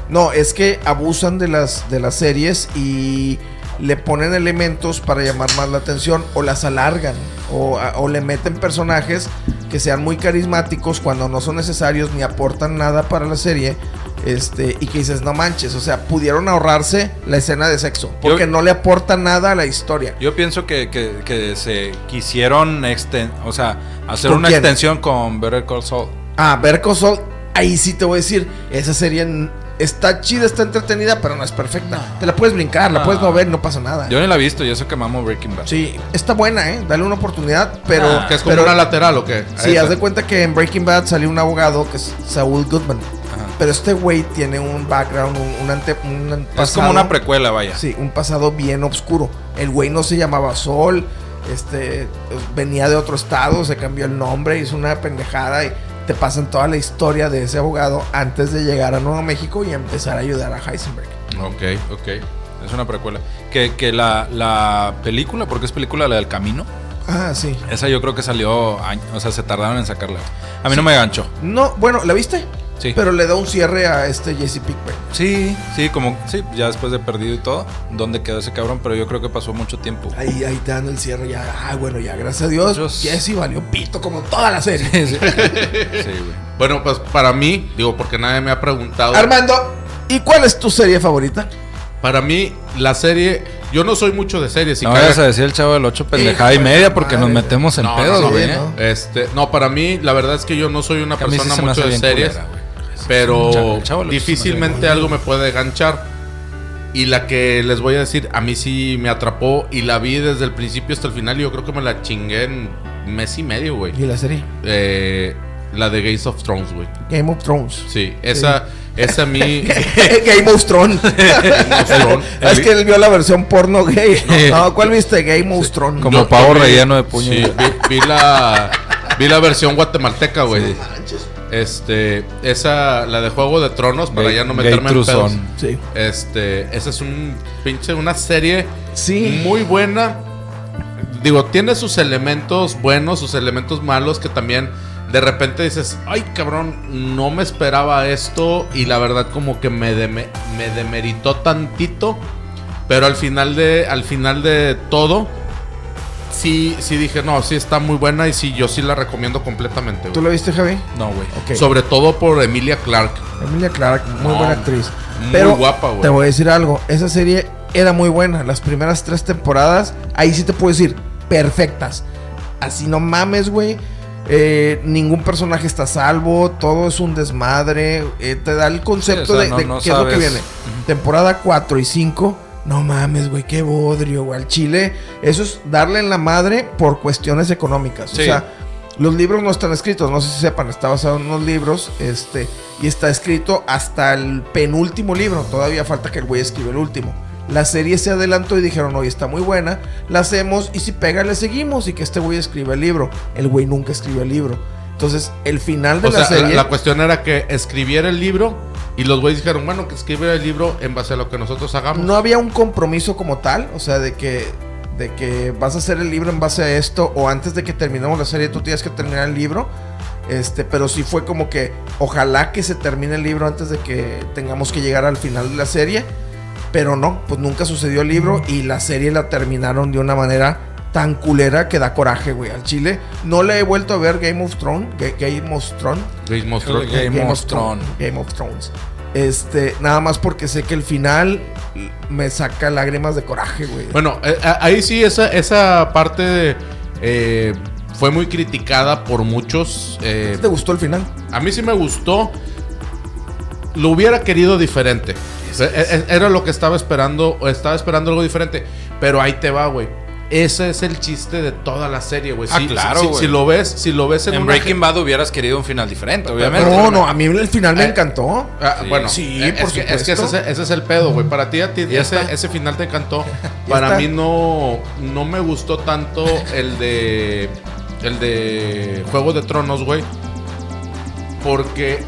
Speaker 3: No, es que abusan de las, de las series y le ponen elementos para llamar más la atención o las alargan o, a- o le meten personajes que sean muy carismáticos cuando no son necesarios ni aportan nada para la serie este y que dices no manches o sea pudieron ahorrarse la escena de sexo porque no le aporta nada a la historia
Speaker 2: Yo pienso que, que- que se quisieron exten- o sea, hacer
Speaker 3: ¿Con
Speaker 2: una
Speaker 3: quién?
Speaker 2: extensión con Better Call Saul.
Speaker 3: Ah, Verco Sol, ahí sí te voy a decir, esa serie n- está chida, está entretenida, pero no es perfecta. Te la puedes brincar, la
Speaker 2: No.
Speaker 3: puedes no ver, no pasa nada.
Speaker 2: Yo ni la he visto y eso que mamo Breaking Bad.
Speaker 3: Ah. Sí, está buena, ¿eh? Dale una oportunidad, pero...
Speaker 2: Ah,
Speaker 1: ¿Que es como
Speaker 3: pero-
Speaker 1: una lateral o qué?
Speaker 3: Sí,
Speaker 1: Esa.
Speaker 3: haz de cuenta que en Breaking Bad salió un abogado que es Saul Goodman.
Speaker 2: Ajá.
Speaker 3: Pero este güey tiene un background, un, un ante... Un
Speaker 2: Es como
Speaker 3: pasado-
Speaker 2: una precuela, vaya.
Speaker 3: Sí, un pasado bien oscuro. El güey no se llamaba Sol, este, venía de otro estado, se cambió el nombre, hizo una pendejada y te pasan toda la historia de ese abogado antes de llegar a Nuevo México y empezar a ayudar a Heisenberg.
Speaker 1: Ok, ok.
Speaker 2: Es una precuela. Que, que la, la película, porque es película la del camino,
Speaker 3: Ah, sí.
Speaker 2: esa yo creo que salió, año- o sea, se tardaron en sacarla. A mí no me ganchó.
Speaker 3: No, bueno, ¿la viste?
Speaker 2: Sí.
Speaker 3: Pero le da un cierre a este Jesse Pickman.
Speaker 2: Sí, sí, como, sí, ya después de perdido y todo, ¿dónde quedó ese cabrón? Pero yo creo que pasó mucho tiempo.
Speaker 3: Ahí, ahí te dan el cierre ya. Ah, bueno, ya, gracias a Dios.
Speaker 2: Dios.
Speaker 3: Jesse valió pito como toda la serie.
Speaker 2: sí, güey.
Speaker 1: Bueno, pues para mí, digo, porque nadie me ha preguntado.
Speaker 3: Armando, ¿y cuál es tu serie favorita?
Speaker 1: Para mí, la serie. Yo no soy mucho de series. y
Speaker 2: no
Speaker 1: caga-
Speaker 2: vayas a decir el chavo del 8 pendejada y
Speaker 3: Hijo de
Speaker 2: media
Speaker 3: la
Speaker 2: porque nos
Speaker 3: madre.
Speaker 2: metemos en
Speaker 1: No,
Speaker 2: pedos,
Speaker 1: no, no,
Speaker 2: güey.
Speaker 3: sí,
Speaker 2: ¿eh?
Speaker 3: ¿no?
Speaker 1: Este, no, para mí, la verdad es que yo no soy una
Speaker 2: Que a mí sí
Speaker 1: persona
Speaker 2: se me hace
Speaker 1: mucho de
Speaker 2: bien
Speaker 1: series.
Speaker 2: culera, güey.
Speaker 1: pero
Speaker 2: Chavo, chavo, lo que se me
Speaker 1: difícilmente
Speaker 2: hace
Speaker 1: algo me puede ganchar. Y la que les voy a decir, a mí sí me atrapó y la vi desde el principio hasta el final. Y yo creo que me la chingué en mes y medio, güey.
Speaker 3: la serie?
Speaker 1: Eh, la de Games of Thrones, güey.
Speaker 3: Game of Thrones.
Speaker 1: Sí, esa Es a mí.
Speaker 3: Game of Thrones.
Speaker 1: Thrones.
Speaker 3: es que él vio la versión porno gay. No, ¿cuál viste? Game of Thrones.
Speaker 2: Como
Speaker 1: Yo- yo
Speaker 2: pavo
Speaker 1: vi-
Speaker 2: relleno de puño.
Speaker 1: Sí, vi, vi la, vi la versión guatemalteca, güey. Este, esa, la de Juego de Tronos, para
Speaker 2: Gay-
Speaker 1: ya no
Speaker 2: gay
Speaker 1: meterme en pedos.
Speaker 2: truzón.
Speaker 3: Sí.
Speaker 1: Este, esa es un pinche, una serie
Speaker 3: Sí.
Speaker 1: muy buena. Digo, tiene sus elementos buenos, sus elementos malos que también de repente dices, ay cabrón, no me esperaba esto y la verdad como que me, deme- me demeritó tantito, pero al final de, al final de todo, sí, sí dije, no, sí está muy buena y sí, yo sí la recomiendo completamente.
Speaker 3: ¿Tú
Speaker 1: güey".
Speaker 3: lo viste, Javi?
Speaker 2: No, güey.
Speaker 3: Ok.
Speaker 1: Sobre todo por Emilia Clark.
Speaker 3: Emilia Clarke, muy
Speaker 1: No,
Speaker 3: buena actriz.
Speaker 1: muy
Speaker 3: Pero
Speaker 1: guapa, güey.
Speaker 3: Te voy a decir algo. Esa serie era muy buena. Las primeras tres temporadas, ahí sí te puedo decir, perfectas. Así no mames, güey. Eh, ningún personaje está a salvo. Todo es un desmadre. eh, te da el concepto
Speaker 2: Sí, o sea,
Speaker 3: de,
Speaker 2: no-
Speaker 3: de
Speaker 2: no
Speaker 3: qué es lo que
Speaker 2: sabes.
Speaker 3: viene. Temporada 4 y 5. No mames, güey, qué bodrio, güey. Al Chile, eso es darle en la madre por cuestiones económicas.
Speaker 2: Sí.
Speaker 3: O sea, los libros no están escritos, no sé si sepan, está basado en unos libros, este, y está escrito hasta el penúltimo libro. Todavía falta que el güey escriba el último. La serie se adelantó y dijeron, oye, está muy buena, la hacemos y si pega le seguimos y que este güey escriba el libro. El güey nunca escribe el libro. Entonces, el final de
Speaker 1: O
Speaker 3: la
Speaker 1: sea, la,
Speaker 3: serie...
Speaker 1: la cuestión era que escribiera el libro y los güeyes dijeron, bueno, que escribiera el libro en base a lo que nosotros hagamos.
Speaker 3: no había un compromiso como tal, o sea, de que de que vas a hacer el libro en base a esto o antes de que terminemos la serie tú tienes que terminar el libro. Este, pero sí fue como que ojalá que se termine el libro antes de que tengamos que llegar al final de la serie, pero no, pues nunca sucedió el libro y la serie la terminaron de una manera tan culera que da coraje, güey, al chile. No le he vuelto a ver Game of Thrones, Ga- Game of Thrones,
Speaker 1: Luis mostró-
Speaker 2: Creo que- Game of Thrones.
Speaker 3: Game of Thrones. Este, nada más porque sé que el final me saca lágrimas de coraje, güey.
Speaker 1: Bueno, eh, a- ahí sí, esa, esa parte eh, fue muy criticada por muchos. eh,
Speaker 3: ¿Te gustó el final?
Speaker 1: a mí sí me gustó. Lo hubiera querido diferente.
Speaker 3: Este
Speaker 1: E- e- Era lo que estaba esperando, o estaba esperando algo diferente. Pero ahí te va, güey. Ese es el chiste de toda la serie, güey.
Speaker 2: Ah,
Speaker 1: Si-
Speaker 2: claro,
Speaker 1: si,
Speaker 2: güey.
Speaker 1: si lo ves, si lo ves en,
Speaker 2: En
Speaker 1: una
Speaker 2: Breaking Bad hubieras querido un final diferente, obviamente.
Speaker 3: No, no, a mí el final me
Speaker 1: Eh,
Speaker 3: encantó.
Speaker 1: Ah,
Speaker 2: Sí.
Speaker 1: Bueno,
Speaker 3: Sí,
Speaker 1: eh, es,
Speaker 3: por
Speaker 1: que, es que ese,
Speaker 3: supuesto.
Speaker 1: es- ese es el pedo, güey. Para ti, a ti
Speaker 2: Ya
Speaker 1: ese,
Speaker 2: está.
Speaker 1: ese final te encantó. Para
Speaker 3: está.
Speaker 1: mí no, no me gustó tanto el de el de Juego de Tronos, güey. Porque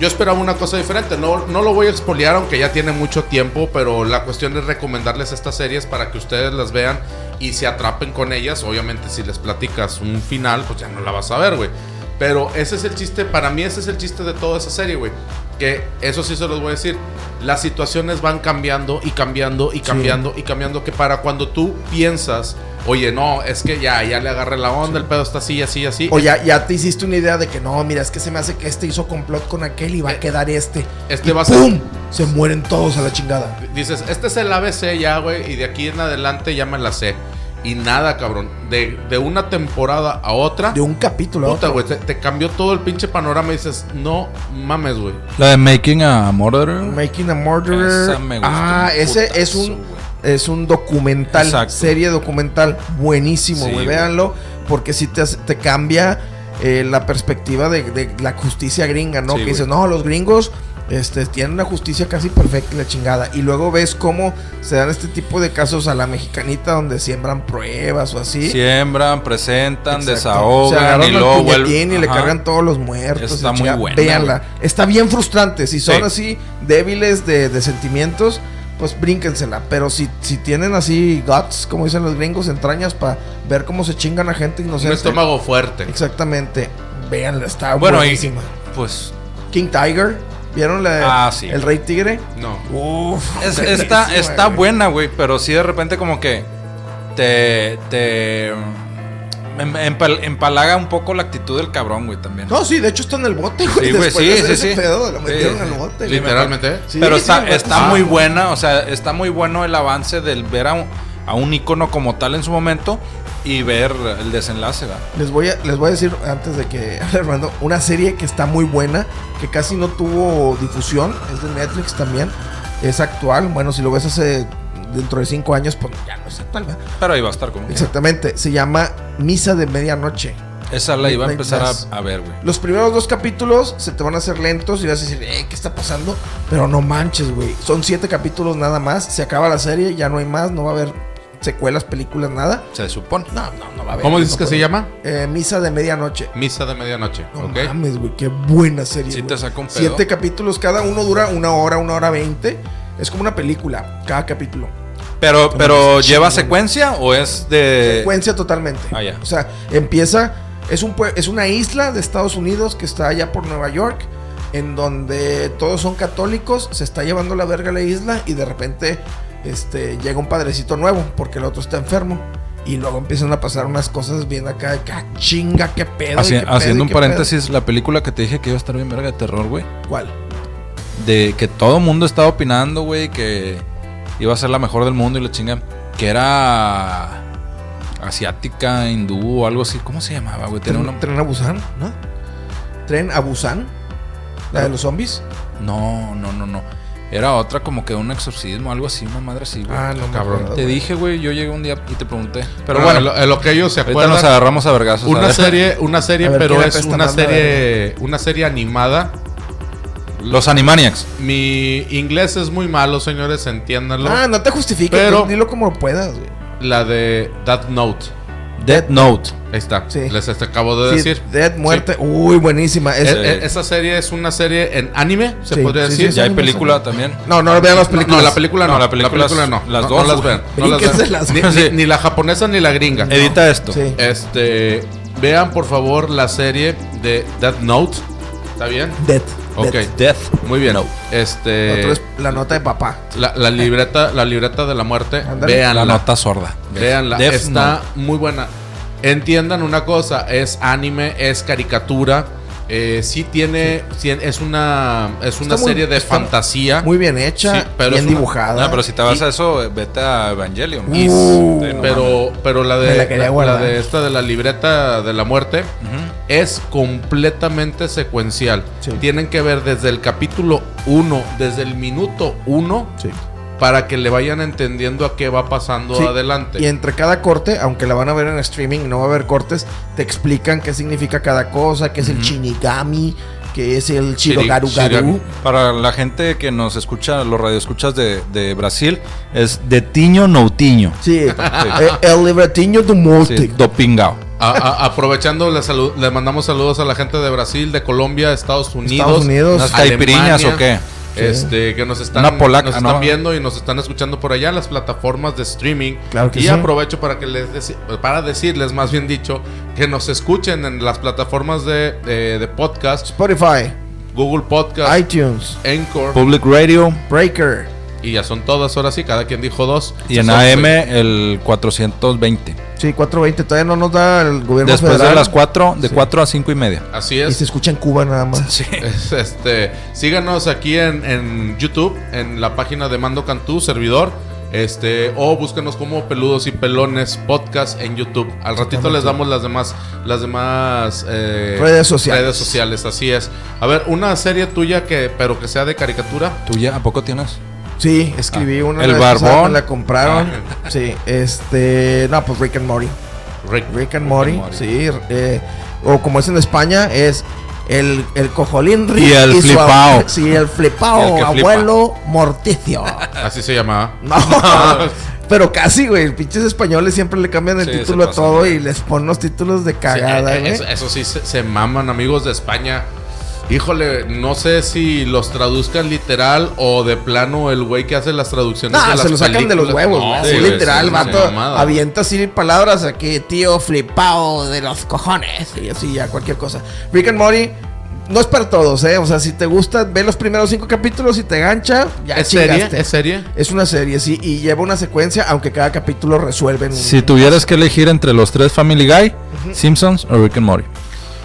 Speaker 1: yo esperaba una cosa diferente. No, no lo voy a expoliar, aunque ya tiene mucho tiempo. Pero la cuestión es recomendarles estas series para que ustedes las vean y se atrapen con ellas. Obviamente, si les platicas un final, pues ya no la vas a ver, güey. Pero ese es el chiste, para mí ese es el chiste de toda esa serie, güey. Que eso sí se los voy a decir. Las situaciones van cambiando y cambiando y cambiando y cambiando. Que para cuando tú piensas, oye, no, es que ya, ya le agarré la onda, el pedo está así, así, así.
Speaker 3: O ya, ya te hiciste una idea de que no, mira, es que se me hace que este hizo complot con aquel y va
Speaker 1: Eh,
Speaker 3: a quedar este.
Speaker 1: este
Speaker 3: Y
Speaker 1: va a ser-
Speaker 3: ¡Pum! Se mueren todos a la chingada.
Speaker 1: Dices, este es el ABC ya, güey, y de aquí en adelante ya me la sé. Y nada, cabrón. De, de una temporada a otra,
Speaker 3: De un capítulo a
Speaker 1: puta,
Speaker 3: otro.
Speaker 1: güey, te, te cambió todo el pinche panorama y dices, no mames, güey.
Speaker 2: La de Making a Murderer.
Speaker 3: Making a Murderer.
Speaker 2: Esa me gustó
Speaker 3: ah,
Speaker 2: un
Speaker 3: ese
Speaker 2: putazo,
Speaker 3: es un
Speaker 2: güey.
Speaker 3: es un documental,
Speaker 2: Exacto.
Speaker 3: serie documental buenísimo,
Speaker 2: Sí, güey.
Speaker 3: güey. Véanlo porque sí te, hace- te cambia eh, la perspectiva de, de la justicia gringa, ¿no?
Speaker 2: Sí,
Speaker 3: que
Speaker 2: güey.
Speaker 3: dices, no, los gringos este, tienen una justicia casi perfecta y la chingada. Y luego ves cómo se dan este tipo de casos a la mexicanita donde siembran pruebas o así.
Speaker 2: Siembran, presentan,
Speaker 3: Exacto. Se
Speaker 2: desahogan
Speaker 3: agarran
Speaker 2: y
Speaker 3: al
Speaker 2: luego
Speaker 3: puñetín
Speaker 2: vuelven.
Speaker 3: y le
Speaker 2: Ajá.
Speaker 3: cargan todos los muertos.
Speaker 2: Está
Speaker 3: y la
Speaker 2: muy
Speaker 3: chingada.
Speaker 2: buena,
Speaker 3: Véanla. Está bien frustrante. Si son
Speaker 2: Sí.
Speaker 3: así débiles de, de sentimientos, pues brínquensela. Pero si, si tienen así guts, como dicen los gringos, entrañas para ver cómo se chingan a gente
Speaker 1: Un
Speaker 3: inocente.
Speaker 1: estómago fuerte.
Speaker 3: Exactamente. Véanla, está
Speaker 2: Bueno, y-
Speaker 3: buenísima.
Speaker 2: Pues
Speaker 3: King Tiger. ¿Vieron la,
Speaker 2: Ah, sí.
Speaker 3: el Rey Tigre?
Speaker 1: No.
Speaker 3: Uf,
Speaker 2: es-
Speaker 3: buenísima,
Speaker 2: está, está
Speaker 3: güey.
Speaker 2: buena, güey, pero sí de repente como que te... te em- empal- empalaga un poco la actitud del cabrón, güey, también.
Speaker 3: No, sí, de hecho está en el bote, güey.
Speaker 2: Sí, güey,
Speaker 3: Después
Speaker 2: sí,
Speaker 3: de hacer
Speaker 2: sí,
Speaker 3: ese
Speaker 2: sí.
Speaker 3: pedo, lo
Speaker 2: Sí,
Speaker 3: metieron
Speaker 2: sí.
Speaker 3: al bote. güey.
Speaker 1: Literalmente.
Speaker 3: Sí,
Speaker 2: pero
Speaker 3: sí,
Speaker 2: está,
Speaker 3: güey.
Speaker 2: está
Speaker 3: Ah.
Speaker 2: muy buena, o sea, está muy bueno el avance del ver a un, a un ícono como tal en su momento y ver el desenlace, ¿verdad?
Speaker 3: Les voy, a, les voy a decir antes de que hable Armando, una serie que está muy buena, que casi no tuvo difusión, es de Netflix también, es actual, bueno, si lo ves hace dentro de cinco años, pues ya no es actual, ¿verdad?
Speaker 2: Pero ahí va a estar como...
Speaker 3: Exactamente, se llama Misa de Medianoche.
Speaker 2: Esa la iba a
Speaker 3: Midnight
Speaker 2: empezar
Speaker 3: Mass.
Speaker 2: a, a ver, güey.
Speaker 3: Los primeros dos capítulos se te van a hacer lentos y vas a decir, eh, ¿qué está pasando? Pero no manches, güey. Son siete capítulos nada más. Se acaba la serie, ya no hay más, no va a haber secuelas, películas, nada.
Speaker 2: Se supone.
Speaker 3: No, no, no va a haber.
Speaker 1: ¿Cómo
Speaker 3: no
Speaker 1: dices que
Speaker 3: puede.
Speaker 1: se llama?
Speaker 3: Eh, Misa de medianoche.
Speaker 1: Misa de medianoche.
Speaker 3: No
Speaker 1: ok.
Speaker 3: mames, güey, qué buena serie.
Speaker 2: Sí
Speaker 3: güey.
Speaker 2: te saca un pedo.
Speaker 3: Siete capítulos, cada uno dura una hora, una hora veinte. Es como una película, cada capítulo.
Speaker 2: Pero, pero
Speaker 3: es
Speaker 2: ¿lleva
Speaker 3: chingón.
Speaker 2: secuencia o es de.
Speaker 3: Secuencia totalmente.
Speaker 2: Eh, ah, ya.
Speaker 3: O sea, empieza. Es, un, pue- es una isla de Estados Unidos que está allá por Nueva York, en donde todos son católicos. Se está llevando la verga la isla y de repente este, llega un padrecito nuevo porque el otro está enfermo. Y luego empiezan a pasar unas cosas bien acá, de que, ah, chinga, qué pedo. y
Speaker 2: Haci-
Speaker 3: qué pedo, y
Speaker 2: haciendo un
Speaker 3: qué pedo.
Speaker 2: paréntesis, la película que te dije que iba a estar bien verga de terror, güey.
Speaker 3: ¿Cuál?
Speaker 2: De que todo el mundo estaba opinando, güey, que iba a ser la mejor del mundo y la chinga. Que era asiática, hindú o algo así. ¿Cómo se llamaba, güey? Tenía
Speaker 3: ¿Tren,
Speaker 2: una...
Speaker 3: ¿Tren a Busan? ¿No? ¿Tren a Busan? ¿La de los zombies?
Speaker 2: No, no, no, no. Era otra como que un exorcismo, algo así, una madre así, güey.
Speaker 3: no,
Speaker 1: Ah, cabrón.
Speaker 3: acuerdo,
Speaker 2: te
Speaker 3: Ah, güey.
Speaker 2: dije, güey, yo llegué un día y te pregunté. Pero
Speaker 1: Ah,
Speaker 2: bueno,
Speaker 1: en lo- en lo que ellos se
Speaker 2: ahorita nos
Speaker 1: acuerdan.
Speaker 2: agarramos a vergazos. a
Speaker 1: Una
Speaker 2: ver.
Speaker 1: serie, una serie,
Speaker 3: A ver,
Speaker 1: pero
Speaker 3: ¿quién
Speaker 1: es
Speaker 3: apesta
Speaker 1: una
Speaker 3: más la
Speaker 1: serie, una serie animada.
Speaker 2: Los Animaniacs.
Speaker 1: Mi inglés es muy malo, señores, entiéndanlo.
Speaker 3: Ah, no te justifiques,
Speaker 1: Pero-
Speaker 3: tú dilo como puedas, güey.
Speaker 1: La de That Note.
Speaker 2: Dead Note.
Speaker 1: Ahí está.
Speaker 3: Sí.
Speaker 1: Les te acabo de
Speaker 3: Sí,
Speaker 1: decir.
Speaker 3: Dead Muerte. Uy, buenísima. Es- eh,
Speaker 1: Es- e- esa serie es una serie en anime, se
Speaker 3: Sí,
Speaker 1: podría
Speaker 3: sí,
Speaker 1: decir.
Speaker 3: sí,
Speaker 2: Ya hay
Speaker 3: Animación.
Speaker 2: película también.
Speaker 3: No, no vean las
Speaker 1: No,
Speaker 3: películas.
Speaker 1: la película no.
Speaker 2: No,
Speaker 1: la
Speaker 2: la película
Speaker 1: película
Speaker 2: es-
Speaker 1: no.
Speaker 2: las
Speaker 1: No,
Speaker 2: dos,
Speaker 1: no las
Speaker 2: güey.
Speaker 1: vean. no las vean.
Speaker 3: Brínquenselas.
Speaker 1: Ni, ni- ni la japonesa ni la gringa.
Speaker 2: Edita esto.
Speaker 3: Sí.
Speaker 1: Este, vean por favor la serie de Death Note. ¿Está bien?
Speaker 3: Dead.
Speaker 1: Ok.
Speaker 3: Dead.
Speaker 2: Death.
Speaker 1: Muy bien. Este,
Speaker 3: Otro es la nota de papá.
Speaker 1: la, la libreta, la libreta de la muerte.
Speaker 3: Ándale.
Speaker 2: La
Speaker 1: Veanla.
Speaker 2: nota sorda.
Speaker 1: Veanla,
Speaker 2: Death
Speaker 1: está
Speaker 2: Note.
Speaker 1: muy buena. Entiendan una cosa, es anime, es caricatura, eh, sí tiene, sí, es una, es una
Speaker 3: Está muy-
Speaker 1: serie de
Speaker 3: está
Speaker 1: fantasía.
Speaker 3: Muy bien hecha,
Speaker 1: Sí, pero
Speaker 3: bien
Speaker 1: es una-
Speaker 3: dibujada.
Speaker 2: No, pero si te vas a eso, eh, vete a Evangelion.
Speaker 3: Y- Uh,
Speaker 2: Sí, no mames.
Speaker 1: pero, pero la
Speaker 3: Me
Speaker 1: de
Speaker 3: la quería
Speaker 1: la- la
Speaker 3: guardar.
Speaker 1: de esta de la libreta de la muerte es completamente secuencial.
Speaker 3: Sí.
Speaker 1: Tienen que ver desde el capítulo 1, desde el minuto 1,
Speaker 3: Sí.
Speaker 1: para que le vayan entendiendo a qué va pasando
Speaker 3: Sí,
Speaker 1: adelante.
Speaker 3: Y entre cada corte, aunque la van a ver en streaming, no va a haber cortes, te explican qué significa cada cosa, qué es el shinigami, qué es el shirogaru
Speaker 1: shirigami.
Speaker 3: garu.
Speaker 2: Para la gente que nos escucha, los radioescuchas de, de Brasil, es de Tiño Noutiño.
Speaker 3: Sí. Eh, el libretiño de
Speaker 2: Sí,
Speaker 3: Morte.
Speaker 2: dopingao.
Speaker 1: A- a- aprovechando la salud, le mandamos saludos a la gente de Brasil, de Colombia, Estados Unidos.
Speaker 3: Estados Unidos.
Speaker 2: ¿Unas
Speaker 1: Alemania,
Speaker 2: caipiriñas o qué?
Speaker 1: Este, que nos están,
Speaker 2: Una polaca,
Speaker 1: nos
Speaker 2: ¿no?
Speaker 1: están viendo y nos están escuchando por allá las plataformas de streaming.
Speaker 3: Claro que
Speaker 1: y
Speaker 3: sí.
Speaker 1: aprovecho para que les deci- para decirles, más bien dicho, que nos escuchen en las plataformas de, eh, de podcast,
Speaker 3: Spotify,
Speaker 1: Google Podcast,
Speaker 2: Ah.
Speaker 3: iTunes,
Speaker 1: Anchor,
Speaker 2: Public Radio.
Speaker 3: Breaker.
Speaker 1: y ya son todas ahora sí, cada quien dijo dos. pues,
Speaker 2: Y en
Speaker 1: Son-
Speaker 2: AM el 420.
Speaker 3: Sí, 420. Todavía no nos da el gobierno
Speaker 2: Después de
Speaker 3: federal.
Speaker 2: las 4, de
Speaker 3: Sí.
Speaker 2: 4 a 5 y media.
Speaker 1: Así
Speaker 3: Y
Speaker 1: es.
Speaker 3: se escucha en Cuba nada más.
Speaker 2: Sí.
Speaker 1: Es, este, síganos aquí en, en YouTube, en la página de Mando Cantú, servidor. Este, o búsquenos como Peludos y Pelones Podcast en YouTube. Al ratito les damos las demás, las demás eh,
Speaker 3: Redes sociales.
Speaker 1: redes sociales, así es. A ver, una serie tuya que, pero que sea de caricatura.
Speaker 2: ¿Tuya? ¿A poco tienes?
Speaker 3: Sí, escribí
Speaker 2: Ah,
Speaker 3: una.
Speaker 2: el
Speaker 3: la vez pasada,
Speaker 2: barbón. Ah.
Speaker 3: me La compraron. Sí, este. No, pues Rick and Morty.
Speaker 1: Rick.
Speaker 3: Rick and Morty,
Speaker 2: Morty.
Speaker 3: sí. eh, o como es en España, es el, el cojolín Rick.
Speaker 2: Y el
Speaker 3: su ab-
Speaker 2: flipao.
Speaker 3: Sí, el flipao,
Speaker 2: El que flipa.
Speaker 3: abuelo morticio.
Speaker 1: Así se llamaba.
Speaker 3: No. Pero casi, güey. Pinches españoles siempre le cambian el
Speaker 2: Sí, se
Speaker 3: título a
Speaker 2: pasan,
Speaker 3: todo
Speaker 2: güey.
Speaker 3: y les ponen los títulos de
Speaker 1: Sí,
Speaker 3: cagada,
Speaker 1: eh, eh,
Speaker 3: güey.
Speaker 1: eso, eso sí, se, se maman, amigos de España. Híjole, no sé si los traduzcan literal o de plano el güey que hace las traducciones.
Speaker 3: No,
Speaker 1: de
Speaker 3: se
Speaker 1: las
Speaker 3: lo sacan de los
Speaker 1: películas.
Speaker 3: huevos,
Speaker 1: No,
Speaker 3: güey.
Speaker 2: sí,
Speaker 3: Así
Speaker 2: güey,
Speaker 3: literal,
Speaker 2: sí,
Speaker 1: es
Speaker 3: vato.
Speaker 1: una mamada.
Speaker 3: avienta así palabras aquí, tío, flipao de los cojones. Y así ya, cualquier cosa. Rick and Morty. No es para todos, ¿eh? O sea, si te gusta, ve los primeros cinco capítulos y te gancha, ya
Speaker 1: ¿Es serie?
Speaker 3: chingaste.
Speaker 1: ¿Es serie?
Speaker 3: Es una serie, sí, y lleva una secuencia, aunque cada capítulo resuelven. un-
Speaker 2: Si tuvieras que elegir entre los tres Family Guy, Simpsons o Rick and Morty.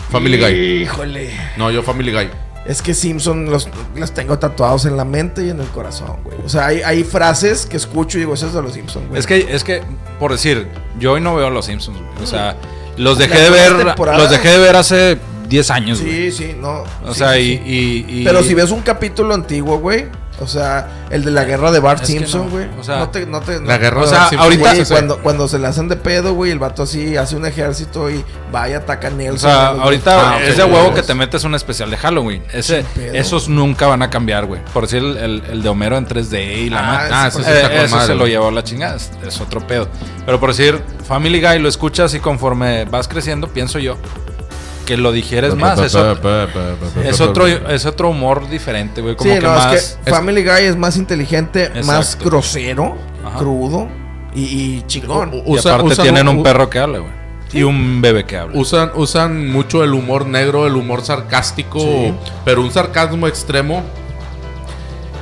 Speaker 1: Family Guy.
Speaker 3: Híjole.
Speaker 1: No, yo Family Guy.
Speaker 3: Es que Simpson los, los tengo tatuados en la mente y en el corazón, güey. O sea, hay, hay frases que escucho y digo, eso es de los Simpsons, güey.
Speaker 2: Es que, es que, por decir, yo hoy no veo los Simpsons, güey. O sea, los
Speaker 3: La
Speaker 2: dejé de
Speaker 3: primera
Speaker 2: ver.
Speaker 3: temporada.
Speaker 2: Los dejé de ver hace 10 años, güey.
Speaker 3: Sí, sí, no.
Speaker 2: O
Speaker 3: sí,
Speaker 2: sea,
Speaker 3: sí,
Speaker 2: y,
Speaker 3: sí.
Speaker 2: y- y-
Speaker 3: Pero si ves un capítulo antiguo, güey, O sea, el de la guerra de Bart
Speaker 2: Eh, Es que
Speaker 3: Simpson,
Speaker 2: no,
Speaker 3: güey.
Speaker 2: o sea,
Speaker 3: no te, no te- no-
Speaker 1: La guerra
Speaker 2: O
Speaker 1: de
Speaker 2: sea,
Speaker 1: Bart Simpson.
Speaker 2: ahorita-
Speaker 1: Sí,
Speaker 3: Güey,
Speaker 1: sí.
Speaker 3: cuando, cuando se la hacen de pedo, güey, el vato así hace un ejército y va y ataca a
Speaker 2: O
Speaker 3: Nelson.
Speaker 2: sea,
Speaker 3: a los-
Speaker 2: ahorita
Speaker 1: Ah, ok,
Speaker 2: es de huevo
Speaker 1: ok.
Speaker 2: que te metes un especial de Halloween. Ese,
Speaker 3: Sin pedo.
Speaker 2: esos nunca van a cambiar, güey. Por decir el, el- el de Homero en 3D y la
Speaker 3: Ah,
Speaker 2: madre.
Speaker 1: Ah,
Speaker 3: eso
Speaker 1: eso sí
Speaker 2: Eh,
Speaker 1: está con
Speaker 2: eso
Speaker 1: madre,
Speaker 2: se lo
Speaker 1: güey.
Speaker 2: llevó a la chingada, es, es otro pedo. Pero por decir, Family Guy lo escuchas y conforme vas creciendo, pienso yo, que lo digieres más. Es, ot- es otro, es otro humor diferente, güey. Como
Speaker 3: sí,
Speaker 2: que
Speaker 3: no,
Speaker 2: más.
Speaker 3: es que
Speaker 2: es-
Speaker 3: Family Guy es más inteligente, más
Speaker 2: Exacto.
Speaker 3: grosero,
Speaker 2: Ajá.
Speaker 3: crudo y, y chingón.
Speaker 1: U-
Speaker 2: y
Speaker 1: usa-
Speaker 2: aparte
Speaker 1: usan
Speaker 2: tienen
Speaker 1: un-
Speaker 2: un perro que habla, güey. Y un bebé que habla.
Speaker 1: Usan, usan mucho el humor negro, el humor sarcástico,
Speaker 3: Sí.
Speaker 1: pero un sarcasmo extremo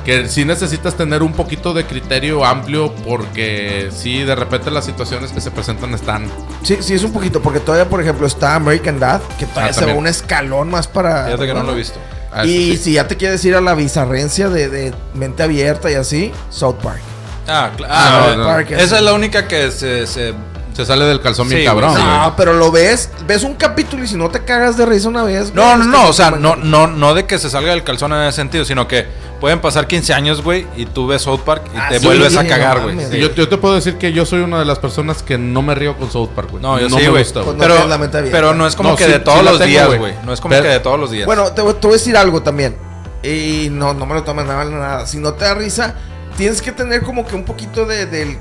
Speaker 1: que sí necesitas tener un poquito de criterio amplio porque sí, de repente las situaciones que se presentan están...
Speaker 3: Sí, sí, es un poquito, porque todavía, por ejemplo, está American Dad, que todavía
Speaker 1: Ah,
Speaker 3: se va
Speaker 1: también.
Speaker 3: un escalón más para.
Speaker 2: Fíjate que no lo he visto.
Speaker 1: Ah, sí.
Speaker 3: Y si ya te quieres ir a la bizarrencia de, de mente abierta y así, South Park.
Speaker 2: Ah, cla-
Speaker 1: Ah,
Speaker 2: ah,
Speaker 1: no,
Speaker 2: no.
Speaker 3: no.
Speaker 2: Esa es la única que se- se
Speaker 1: Se sale del calzón
Speaker 2: Sí,
Speaker 1: bien cabrón.
Speaker 2: güey.
Speaker 1: güey.
Speaker 3: No, pero lo ves, ves un capítulo y si no te cagas de risa una vez.
Speaker 2: No,
Speaker 3: güey,
Speaker 2: no,
Speaker 3: es
Speaker 2: no,
Speaker 3: que-
Speaker 2: o sea, no, no, no de que se salga del calzón en ese sentido, sino que pueden pasar 15 años, güey, y tú ves South Park y
Speaker 3: Ah,
Speaker 2: te
Speaker 3: sí,
Speaker 2: vuelves a
Speaker 3: no
Speaker 2: cagar, güey.
Speaker 3: mames,
Speaker 1: Y Yo, yo te puedo decir que yo soy una de las personas que no me río con South Park, güey.
Speaker 2: No, yo
Speaker 1: no
Speaker 2: sí,
Speaker 1: me
Speaker 2: güey.
Speaker 1: gusta,
Speaker 3: Pues
Speaker 1: güey.
Speaker 3: no
Speaker 2: pero,
Speaker 3: tienes la mente abierta.
Speaker 2: pero no es como
Speaker 1: No,
Speaker 2: que
Speaker 1: sí-
Speaker 2: de
Speaker 1: sí
Speaker 2: todos
Speaker 1: la
Speaker 2: los
Speaker 1: tengo,
Speaker 2: días,
Speaker 1: güey.
Speaker 2: güey. No es como
Speaker 1: Pero-
Speaker 2: que de todos los días.
Speaker 3: Bueno, te, voy- te voy a decir algo también. Y no, no me lo tomes nada, nada. Si no te da risa, tienes que tener como que un poquito de, del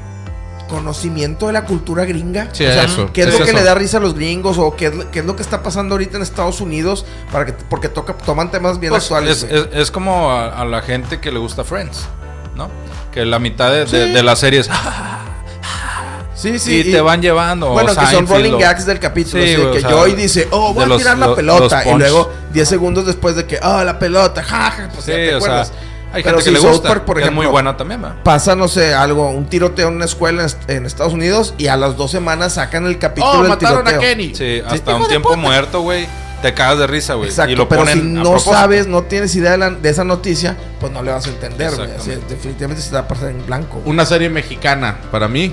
Speaker 3: conocimiento de la cultura gringa.
Speaker 1: Sí,
Speaker 3: o sea,
Speaker 1: eso,
Speaker 3: ¿Qué es
Speaker 1: sí,
Speaker 3: lo que
Speaker 1: eso.
Speaker 3: le da risa a los gringos? ¿O qué es, lo- qué es lo que está pasando ahorita en Estados Unidos? Para que, porque toca, toman temas bien
Speaker 2: Pues,
Speaker 3: actuales.
Speaker 2: es,
Speaker 3: güey.
Speaker 2: es- es como a, a la gente que le gusta Friends, ¿no? Que la mitad de, de- de las series
Speaker 3: Ah, sí,
Speaker 2: y, te van llevando. o
Speaker 3: Bueno, que son
Speaker 2: Seinfeld,
Speaker 3: rolling
Speaker 2: o-
Speaker 3: gags del capítulo.
Speaker 2: Sí,
Speaker 3: así de
Speaker 2: güey, o
Speaker 3: que
Speaker 2: sea,
Speaker 3: Joey dice, oh, voy
Speaker 2: de
Speaker 3: a
Speaker 2: los-
Speaker 3: tirar la
Speaker 2: lo-
Speaker 3: pelota.
Speaker 2: los
Speaker 3: Y
Speaker 2: punch.
Speaker 3: luego, 10 segundos después de que, oh, la pelota, jaja. Pues
Speaker 2: Sí,
Speaker 3: ya te
Speaker 2: o sea,
Speaker 3: acuerdas.
Speaker 2: hay gente
Speaker 3: Pero
Speaker 2: que
Speaker 3: si
Speaker 2: le
Speaker 3: South
Speaker 2: gusta.
Speaker 3: Park, por
Speaker 2: que es muy
Speaker 3: ejemplo,
Speaker 2: buena también, ¿verdad?
Speaker 3: pasa, no sé, algo, un tiroteo en una escuela en est- en Estados Unidos y a las dos semanas sacan el
Speaker 1: Oh,
Speaker 3: capítulo del tiroteo.
Speaker 2: Sí, hasta
Speaker 3: hijo
Speaker 2: un
Speaker 3: de
Speaker 2: tiempo muerto, güey, te cagas de risa, güey.
Speaker 3: Exacto,
Speaker 2: y lo
Speaker 3: pero
Speaker 2: ponen
Speaker 3: si
Speaker 2: a
Speaker 3: no
Speaker 2: propósito.
Speaker 3: sabes, no tienes idea de, la- de esa noticia, pues no le vas a entender, güey. Así,
Speaker 2: Exactamente.
Speaker 3: definitivamente se te va a pasar en blanco. güey.
Speaker 1: Una serie mexicana, para mí,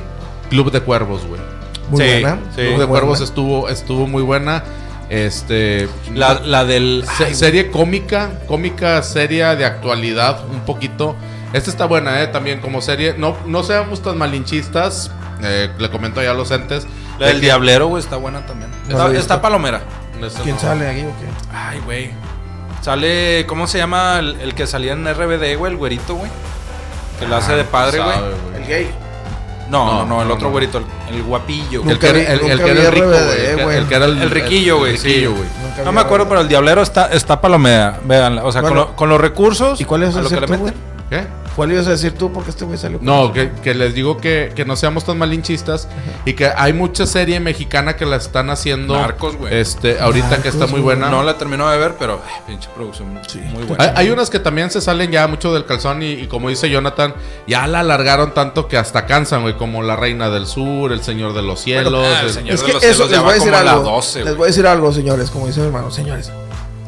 Speaker 1: Club de Cuervos, güey.
Speaker 3: Muy
Speaker 2: sí,
Speaker 3: buena.
Speaker 2: sí.
Speaker 3: muy
Speaker 1: Club de
Speaker 3: buena.
Speaker 1: Cuervos estuvo, estuvo muy buena. Este.
Speaker 2: La, la del.
Speaker 1: se- serie cómica, cómica seria de actualidad, un poquito. Esta está buena, eh, también como serie. No, no seamos tan malinchistas. eh, le comento ya a los entes.
Speaker 2: La
Speaker 1: de
Speaker 2: del
Speaker 1: que-
Speaker 2: diablero, güey, está buena también.
Speaker 3: No la he
Speaker 2: Está,
Speaker 3: visto.
Speaker 2: está palomera.
Speaker 1: Esa
Speaker 3: ¿Quién
Speaker 1: no.
Speaker 3: sale aquí o qué?
Speaker 2: Ay, güey. Sale, ¿cómo se llama el, el que salía en RBD, güey? El güerito, güey. Que la hace
Speaker 3: Ah,
Speaker 2: de padre, güey.
Speaker 1: Sabe,
Speaker 3: El gay.
Speaker 2: No, no,
Speaker 1: No,
Speaker 2: no, el
Speaker 1: no,
Speaker 2: otro
Speaker 1: no.
Speaker 2: güerito, el, el guapillo.
Speaker 1: El
Speaker 2: güey.
Speaker 1: que
Speaker 3: Nunca
Speaker 1: era
Speaker 3: vi-
Speaker 1: el, el
Speaker 3: nunca
Speaker 1: que era
Speaker 3: vi
Speaker 1: el rico,
Speaker 3: RBD,
Speaker 1: güey. el que-
Speaker 3: güey.
Speaker 1: El que era el,
Speaker 2: El riquillo, güey, sí.
Speaker 1: riquillo, güey.
Speaker 3: Nunca
Speaker 2: No
Speaker 3: vi
Speaker 2: me acuerdo,
Speaker 3: RBD.
Speaker 2: pero el diablero está, está palomera. Vean, o sea,
Speaker 3: Bueno.
Speaker 2: con, lo- con los recursos.
Speaker 3: ¿Y cuál ibas a
Speaker 2: a lo que
Speaker 3: decir
Speaker 2: le
Speaker 3: tú, güey?
Speaker 2: meten.
Speaker 1: ¿Qué?
Speaker 3: ¿Cuál ibas a decir tú? Porque este güey salió. con
Speaker 1: No,
Speaker 3: eso.
Speaker 1: que, que les digo que, que no seamos tan malinchistas y que hay mucha serie mexicana que la están haciendo.
Speaker 2: Narcos, güey.
Speaker 1: Este, ahorita que está
Speaker 3: Narcos,
Speaker 1: muy
Speaker 3: güey.
Speaker 1: buena.
Speaker 2: No la terminó de ver, pero ay, pinche producción muy buena.
Speaker 1: Hay, hay unas que también se salen ya mucho del calzón y, y como dice Jonathan, ya la alargaron tanto que hasta cansan, güey, como La Reina del Sur, El Señor de los Cielos.
Speaker 2: ah, El
Speaker 1: el-
Speaker 2: Señor.
Speaker 3: Es
Speaker 2: de
Speaker 3: que
Speaker 2: los
Speaker 3: eso
Speaker 2: Cielos ya
Speaker 3: les
Speaker 2: va
Speaker 3: voy a decir
Speaker 2: como a la
Speaker 3: algo.
Speaker 2: 12,
Speaker 3: les
Speaker 2: güey.
Speaker 3: voy a decir algo, señores, como dice mi hermano, señores.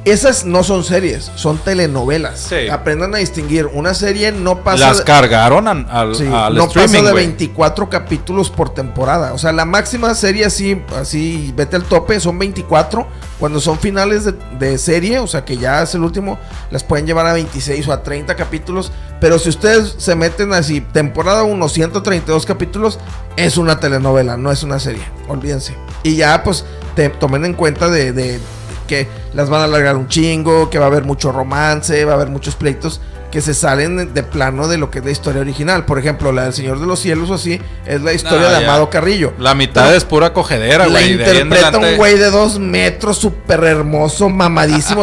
Speaker 3: Esas no son series, son telenovelas.
Speaker 2: Sí.
Speaker 3: Aprendan a distinguir. Una serie no pasa
Speaker 2: Las
Speaker 3: de-
Speaker 2: cargaron an- al,
Speaker 3: sí,
Speaker 2: al
Speaker 3: no pasa
Speaker 2: streaming,
Speaker 3: de
Speaker 2: güey.
Speaker 3: 24 capítulos por temporada. O sea, la máxima serie así, así, vete al tope, son 24. Cuando son finales de, de serie, o sea que ya es el último, las pueden llevar a 26 o a 30 capítulos. Pero si ustedes se meten así, temporada 1, 132 capítulos, es una telenovela, no es una serie. Olvídense. Y ya, pues, te tomen en cuenta de, de que las van a alargar un chingo, que va a haber mucho romance, va a haber muchos pleitos que se salen de plano de lo que es la historia original. Por ejemplo, la del Señor de los Cielos o así, es la historia
Speaker 2: Nah,
Speaker 3: de
Speaker 2: ya.
Speaker 3: Amado Carrillo.
Speaker 2: La mitad
Speaker 3: Pero
Speaker 2: es pura cogedera,
Speaker 3: La
Speaker 2: güey. De ahí en
Speaker 3: interpreta un
Speaker 2: adelante-
Speaker 3: güey de dos metros, súper hermoso, mamadísimo,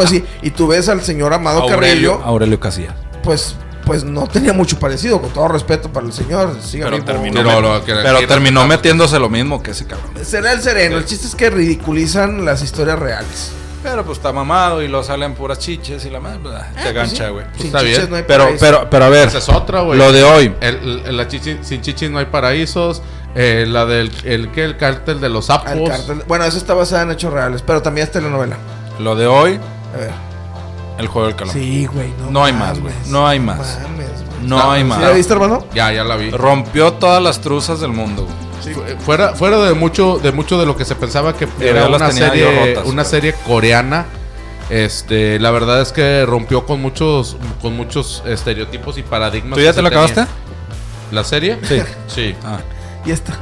Speaker 3: así. Y tú ves al señor Amado
Speaker 2: Aurelio,
Speaker 3: Carrillo,
Speaker 2: Aurelio Casillas.
Speaker 3: pues, pues no tenía mucho parecido, con todo respeto para el señor. siga
Speaker 2: Pero
Speaker 3: vivo.
Speaker 2: terminó,
Speaker 1: Pero
Speaker 2: met-
Speaker 1: lo que-
Speaker 2: pero
Speaker 1: que-
Speaker 2: terminó metiéndose lo mismo que ese cabrón.
Speaker 3: Será el sereno. El chiste es que ridiculizan las historias reales.
Speaker 2: Pero pues está mamado y lo salen puras chiches y la madre. pues, te gancha, güey.
Speaker 1: Sí. está bien.
Speaker 3: no hay
Speaker 2: Pero,
Speaker 3: paraíso.
Speaker 2: pero, pero a ver,
Speaker 1: Esa es otra, güey.
Speaker 2: lo de hoy.
Speaker 1: El- el- la chichi- sin chichis no hay paraísos. eh, la del el, ¿qué? el cártel de los
Speaker 3: Al
Speaker 1: sapos.
Speaker 3: cártel- Bueno, eso está basada en hechos reales, pero también es telenovela.
Speaker 2: Lo de hoy,
Speaker 3: A ver.
Speaker 2: el juego del calamar.
Speaker 3: Sí, güey. No,
Speaker 2: No hay más, güey, no hay más. No hay más.
Speaker 3: ¿La viste, hermano?
Speaker 1: Ya, ya la vi.
Speaker 2: Rompió todas las truzas del mundo, güey.
Speaker 1: Fu- Fuera, fuera de mucho de mucho de lo que se pensaba que
Speaker 2: Pero
Speaker 1: era
Speaker 2: ya las
Speaker 1: una
Speaker 2: tenía yo
Speaker 1: serie
Speaker 2: rotas,
Speaker 1: una
Speaker 2: güey.
Speaker 1: serie coreana Este, la verdad es que rompió con muchos, con muchos estereotipos y paradigmas.
Speaker 2: ¿Tú ya
Speaker 1: que
Speaker 2: te
Speaker 1: se
Speaker 2: lo
Speaker 1: tenían.
Speaker 2: acabaste?
Speaker 1: ¿La serie?
Speaker 2: Sí.
Speaker 1: Sí.
Speaker 2: Ah.
Speaker 3: Y está.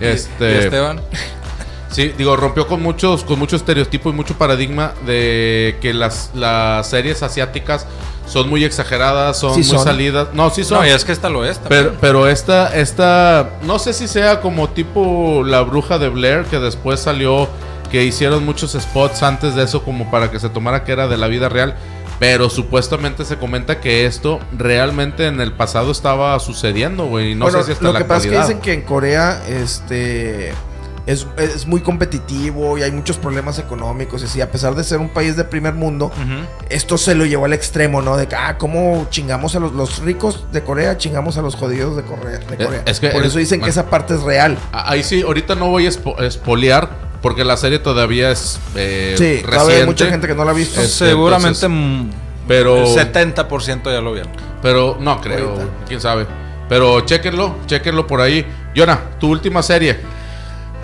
Speaker 2: ¿Y
Speaker 1: Este,
Speaker 2: Esteban?
Speaker 1: sí, digo, rompió con muchos, con mucho estereotipo y mucho paradigma de que las, las series asiáticas son muy exageradas, son
Speaker 3: Sí
Speaker 1: muy
Speaker 3: son.
Speaker 1: salidas. No, sí son.
Speaker 2: No, y es que esta lo es. también.
Speaker 1: Pero, pero esta, esta, no sé si sea como tipo la bruja de Blair, que después salió, que hicieron muchos spots antes de eso como para que se tomara que era de la vida real, pero supuestamente se comenta que esto realmente en el pasado estaba sucediendo, güey, y no
Speaker 3: Bueno,
Speaker 1: sé si hasta
Speaker 3: lo
Speaker 1: la
Speaker 3: que pasa es que
Speaker 1: actualidad.
Speaker 3: dicen que en Corea este es, es muy competitivo y hay muchos problemas económicos y así, a pesar de ser un país de primer mundo,
Speaker 2: Ujú.
Speaker 3: esto se lo llevó al extremo, ¿no? De que, ah, ¿cómo chingamos a los, los ricos de Corea? Chingamos a los jodidos de Corea. de
Speaker 1: Eh,
Speaker 3: Corea.
Speaker 1: es que
Speaker 3: Por
Speaker 1: eres-
Speaker 3: eso dicen
Speaker 1: bueno.
Speaker 3: que esa parte es real.
Speaker 1: A- Ah, Ahí sí, ahorita no voy a espo- espolear. Porque la serie todavía es eh,
Speaker 3: sí, todavía hay
Speaker 1: reciente,
Speaker 3: mucha gente que no la ha visto.
Speaker 1: Este,
Speaker 2: Seguramente
Speaker 1: pero-
Speaker 2: pero... el 70% ya lo vieron.
Speaker 1: pero no creo,
Speaker 3: Ahorita.
Speaker 1: güey, quién sabe. Pero chéquenlo, chéquenlo por ahí. Yona, tu última serie.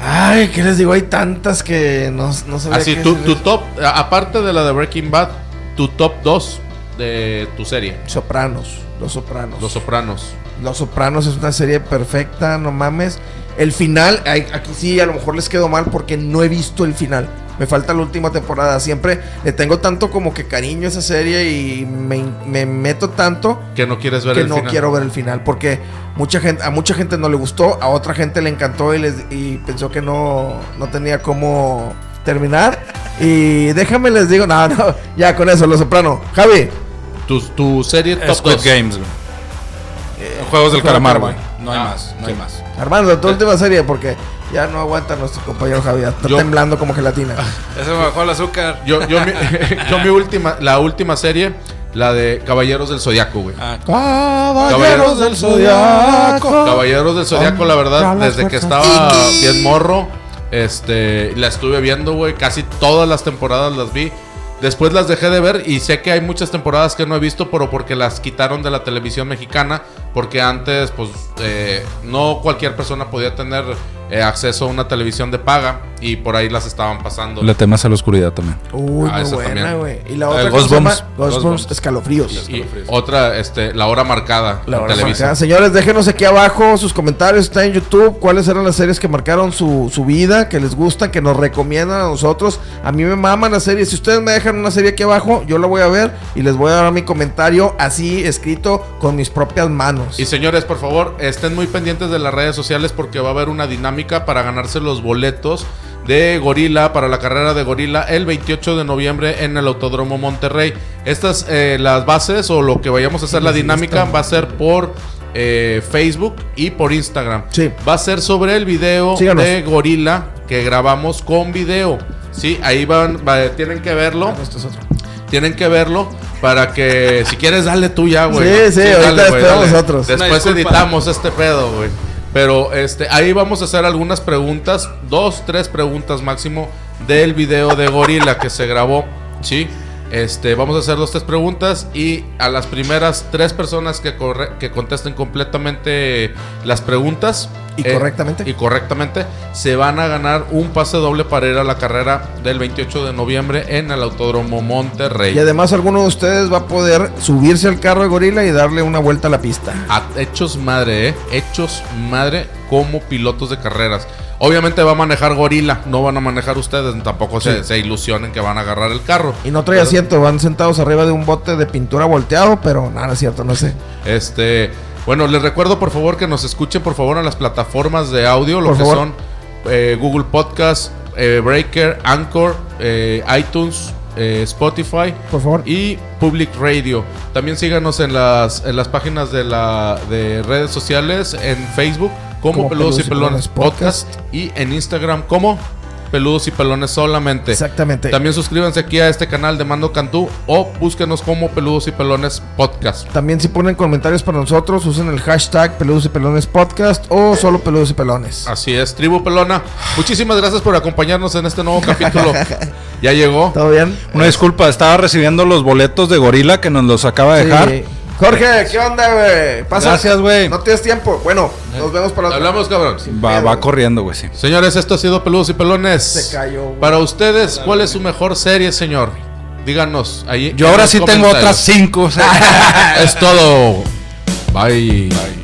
Speaker 3: Ay, ¿qué les digo? Hay tantas que no, no sabía
Speaker 1: Así,
Speaker 3: qué
Speaker 1: tu, tu
Speaker 3: decirles.
Speaker 1: top, a- aparte de la de Breaking Bad, tu top 2 de tu serie,
Speaker 3: Sopranos, Los Sopranos.
Speaker 1: Los Sopranos.
Speaker 3: Los Sopranos es una serie perfecta, no mames. El final, ay, aquí sí, a lo mejor les quedó mal porque no he visto el final. Me falta la última temporada. Siempre le tengo tanto como que cariño a esa serie y me, me meto tanto
Speaker 1: Que no quieres ver
Speaker 3: que
Speaker 1: el
Speaker 3: no
Speaker 1: final.
Speaker 3: quiero ver el final porque mucha gente, a mucha gente no le gustó, a otra gente le encantó y, les, y pensó que no, no tenía cómo terminar. Y déjame les digo, no, no, ya con eso, Los Soprano. Javi,
Speaker 1: Tu, tu serie top
Speaker 2: Squid
Speaker 1: 2.
Speaker 2: Games, güey. Juegos Eh, del
Speaker 3: Juego
Speaker 2: calamar,
Speaker 3: del
Speaker 2: güey.
Speaker 3: calamar.
Speaker 2: No hay
Speaker 1: Ah,
Speaker 2: más, no hay más.
Speaker 3: Armando, tu última serie porque ya no aguanta nuestro compañero Javi, ya está
Speaker 1: Yo- Ah.
Speaker 3: temblando como gelatina.
Speaker 2: Ese me bajó el azúcar.
Speaker 1: Yo, yo, mi, yo mi última, la última serie, la de Caballeros del Zodiaco, güey.
Speaker 2: Ah,
Speaker 1: Caballeros
Speaker 3: del
Speaker 1: Zodiaco. Caballeros del Zodiaco, la verdad,
Speaker 3: Son las
Speaker 1: desde que
Speaker 3: fuerzas.
Speaker 1: estaba bien morro, este, la estuve viendo, güey. Casi todas las temporadas las vi. Después las dejé de ver y sé que hay muchas temporadas que no he visto, pero porque las quitaron de la televisión mexicana, porque antes, pues, eh, no cualquier persona podía tener eh, acceso a una televisión de paga y por ahí las estaban pasando.
Speaker 2: le temas a la oscuridad también.
Speaker 3: Uy,
Speaker 1: Ah,
Speaker 3: muy
Speaker 1: esa
Speaker 3: buena,
Speaker 1: también.
Speaker 3: güey. Y la
Speaker 2: La
Speaker 3: otra
Speaker 2: de
Speaker 3: ¿cómo se llama?
Speaker 2: Ghostbombs.
Speaker 3: Ghostbombs,
Speaker 2: Ghostbombs.
Speaker 3: escalofríos.
Speaker 1: Y otra, este, la hora marcada.
Speaker 3: La
Speaker 1: en
Speaker 3: hora
Speaker 1: Televisa.
Speaker 3: marcada. Señores, déjenos aquí abajo sus comentarios. Está en YouTube. ¿Cuáles eran las series que marcaron su, su vida? Que les gustan, que nos recomiendan a nosotros. A mí me maman las series. Si ustedes me dejan una serie aquí abajo, yo la voy a ver y les voy a dar mi comentario así escrito con mis propias manos.
Speaker 1: Y señores, por favor, estén muy pendientes de las redes sociales porque va a haber una dinámica para ganarse los boletos de Gorila para la carrera de Gorila el 28 de noviembre en el Autódromo Monterrey. Estas eh, las bases o lo que vayamos a hacer la dinámica va a ser por eh, Facebook y por Instagram.
Speaker 3: Sí.
Speaker 1: Va a ser sobre el video
Speaker 3: Síganos.
Speaker 1: de Gorila que grabamos con video. Sí, ahí van, va- tienen que verlo,
Speaker 3: Esto es otro.
Speaker 1: tienen que verlo para que si quieres dale tú ya, güey.
Speaker 3: Sí, sí, ahorita
Speaker 1: güey,
Speaker 3: esperamos otros.
Speaker 1: Después
Speaker 2: Una disculpa.
Speaker 1: editamos este pedo, güey. Pero este, ahí vamos a hacer algunas preguntas, dos, tres preguntas máximo del video de Gorila que se grabó, ¿sí? Este, vamos a hacer dos, tres preguntas y a las primeras tres personas que, corre- que contesten completamente las preguntas. eh,
Speaker 3: Y correctamente.
Speaker 1: Y correctamente se van a ganar un pase doble para ir a la carrera del 28 de noviembre en el Autódromo Monterrey.
Speaker 3: Y además alguno de ustedes va a poder subirse al carro de gorila y darle una vuelta a la pista.
Speaker 1: A- hechos madre, ¿eh? Hechos madre como pilotos de carreras. Obviamente va a manejar Gorila, no van a manejar ustedes, tampoco se, se ilusionen que van a agarrar el carro.
Speaker 3: Y no trae
Speaker 1: Pero,
Speaker 3: asiento, van sentados arriba de un bote de pintura volteado, pero nada, no es cierto, no sé.
Speaker 1: Este, bueno, les recuerdo por favor que nos escuchen por favor en las plataformas de audio, lo
Speaker 3: Por
Speaker 1: que
Speaker 3: favor.
Speaker 1: son eh, Google Podcast, eh, Breaker, Anchor, eh, iTunes, eh, Spotify.
Speaker 3: Por favor.
Speaker 1: y Public Radio. También síganos en las, en las páginas de, la, de redes sociales, en Facebook como,
Speaker 3: Como
Speaker 1: Peludos, y Pelones Podcast,
Speaker 3: Podcast
Speaker 1: y en Instagram como Peludos y Pelones solamente.
Speaker 3: Exactamente.
Speaker 1: También suscríbanse aquí a este canal de Mando Cantú o búsquenos como Peludos y Pelones Podcast.
Speaker 3: También si ponen comentarios para nosotros, usen el hashtag Peludos y Pelones Podcast o solo Peludos y Pelones.
Speaker 2: Ah.
Speaker 1: Así es, tribu pelona. Muchísimas gracias por acompañarnos en este nuevo capítulo. ya llegó.
Speaker 3: ¿Todo bien?
Speaker 2: Una disculpa, estaba recibiendo los boletos de gorila que nos los acaba de dejar.
Speaker 3: Sí. Jorge, ¿qué onda, güey? Pasa.
Speaker 2: Gracias, güey. Eh.
Speaker 3: No tienes tiempo. Bueno, nos vemos para otra.
Speaker 1: Hablamos, cabrón.
Speaker 2: Va,
Speaker 3: pedo,
Speaker 2: va
Speaker 3: güey.
Speaker 2: corriendo, güey, sí.
Speaker 1: Señores, esto ha sido Peludos y Pelones.
Speaker 3: Se cayó, güey.
Speaker 1: Para ustedes, ¿cuál es su mejor serie, señor? Díganos ahí.
Speaker 2: Yo
Speaker 1: en
Speaker 2: ahora
Speaker 1: los
Speaker 2: sí tengo
Speaker 1: comentarios.
Speaker 2: otras cinco. o sea.
Speaker 1: Es todo. Bye.
Speaker 2: Bye.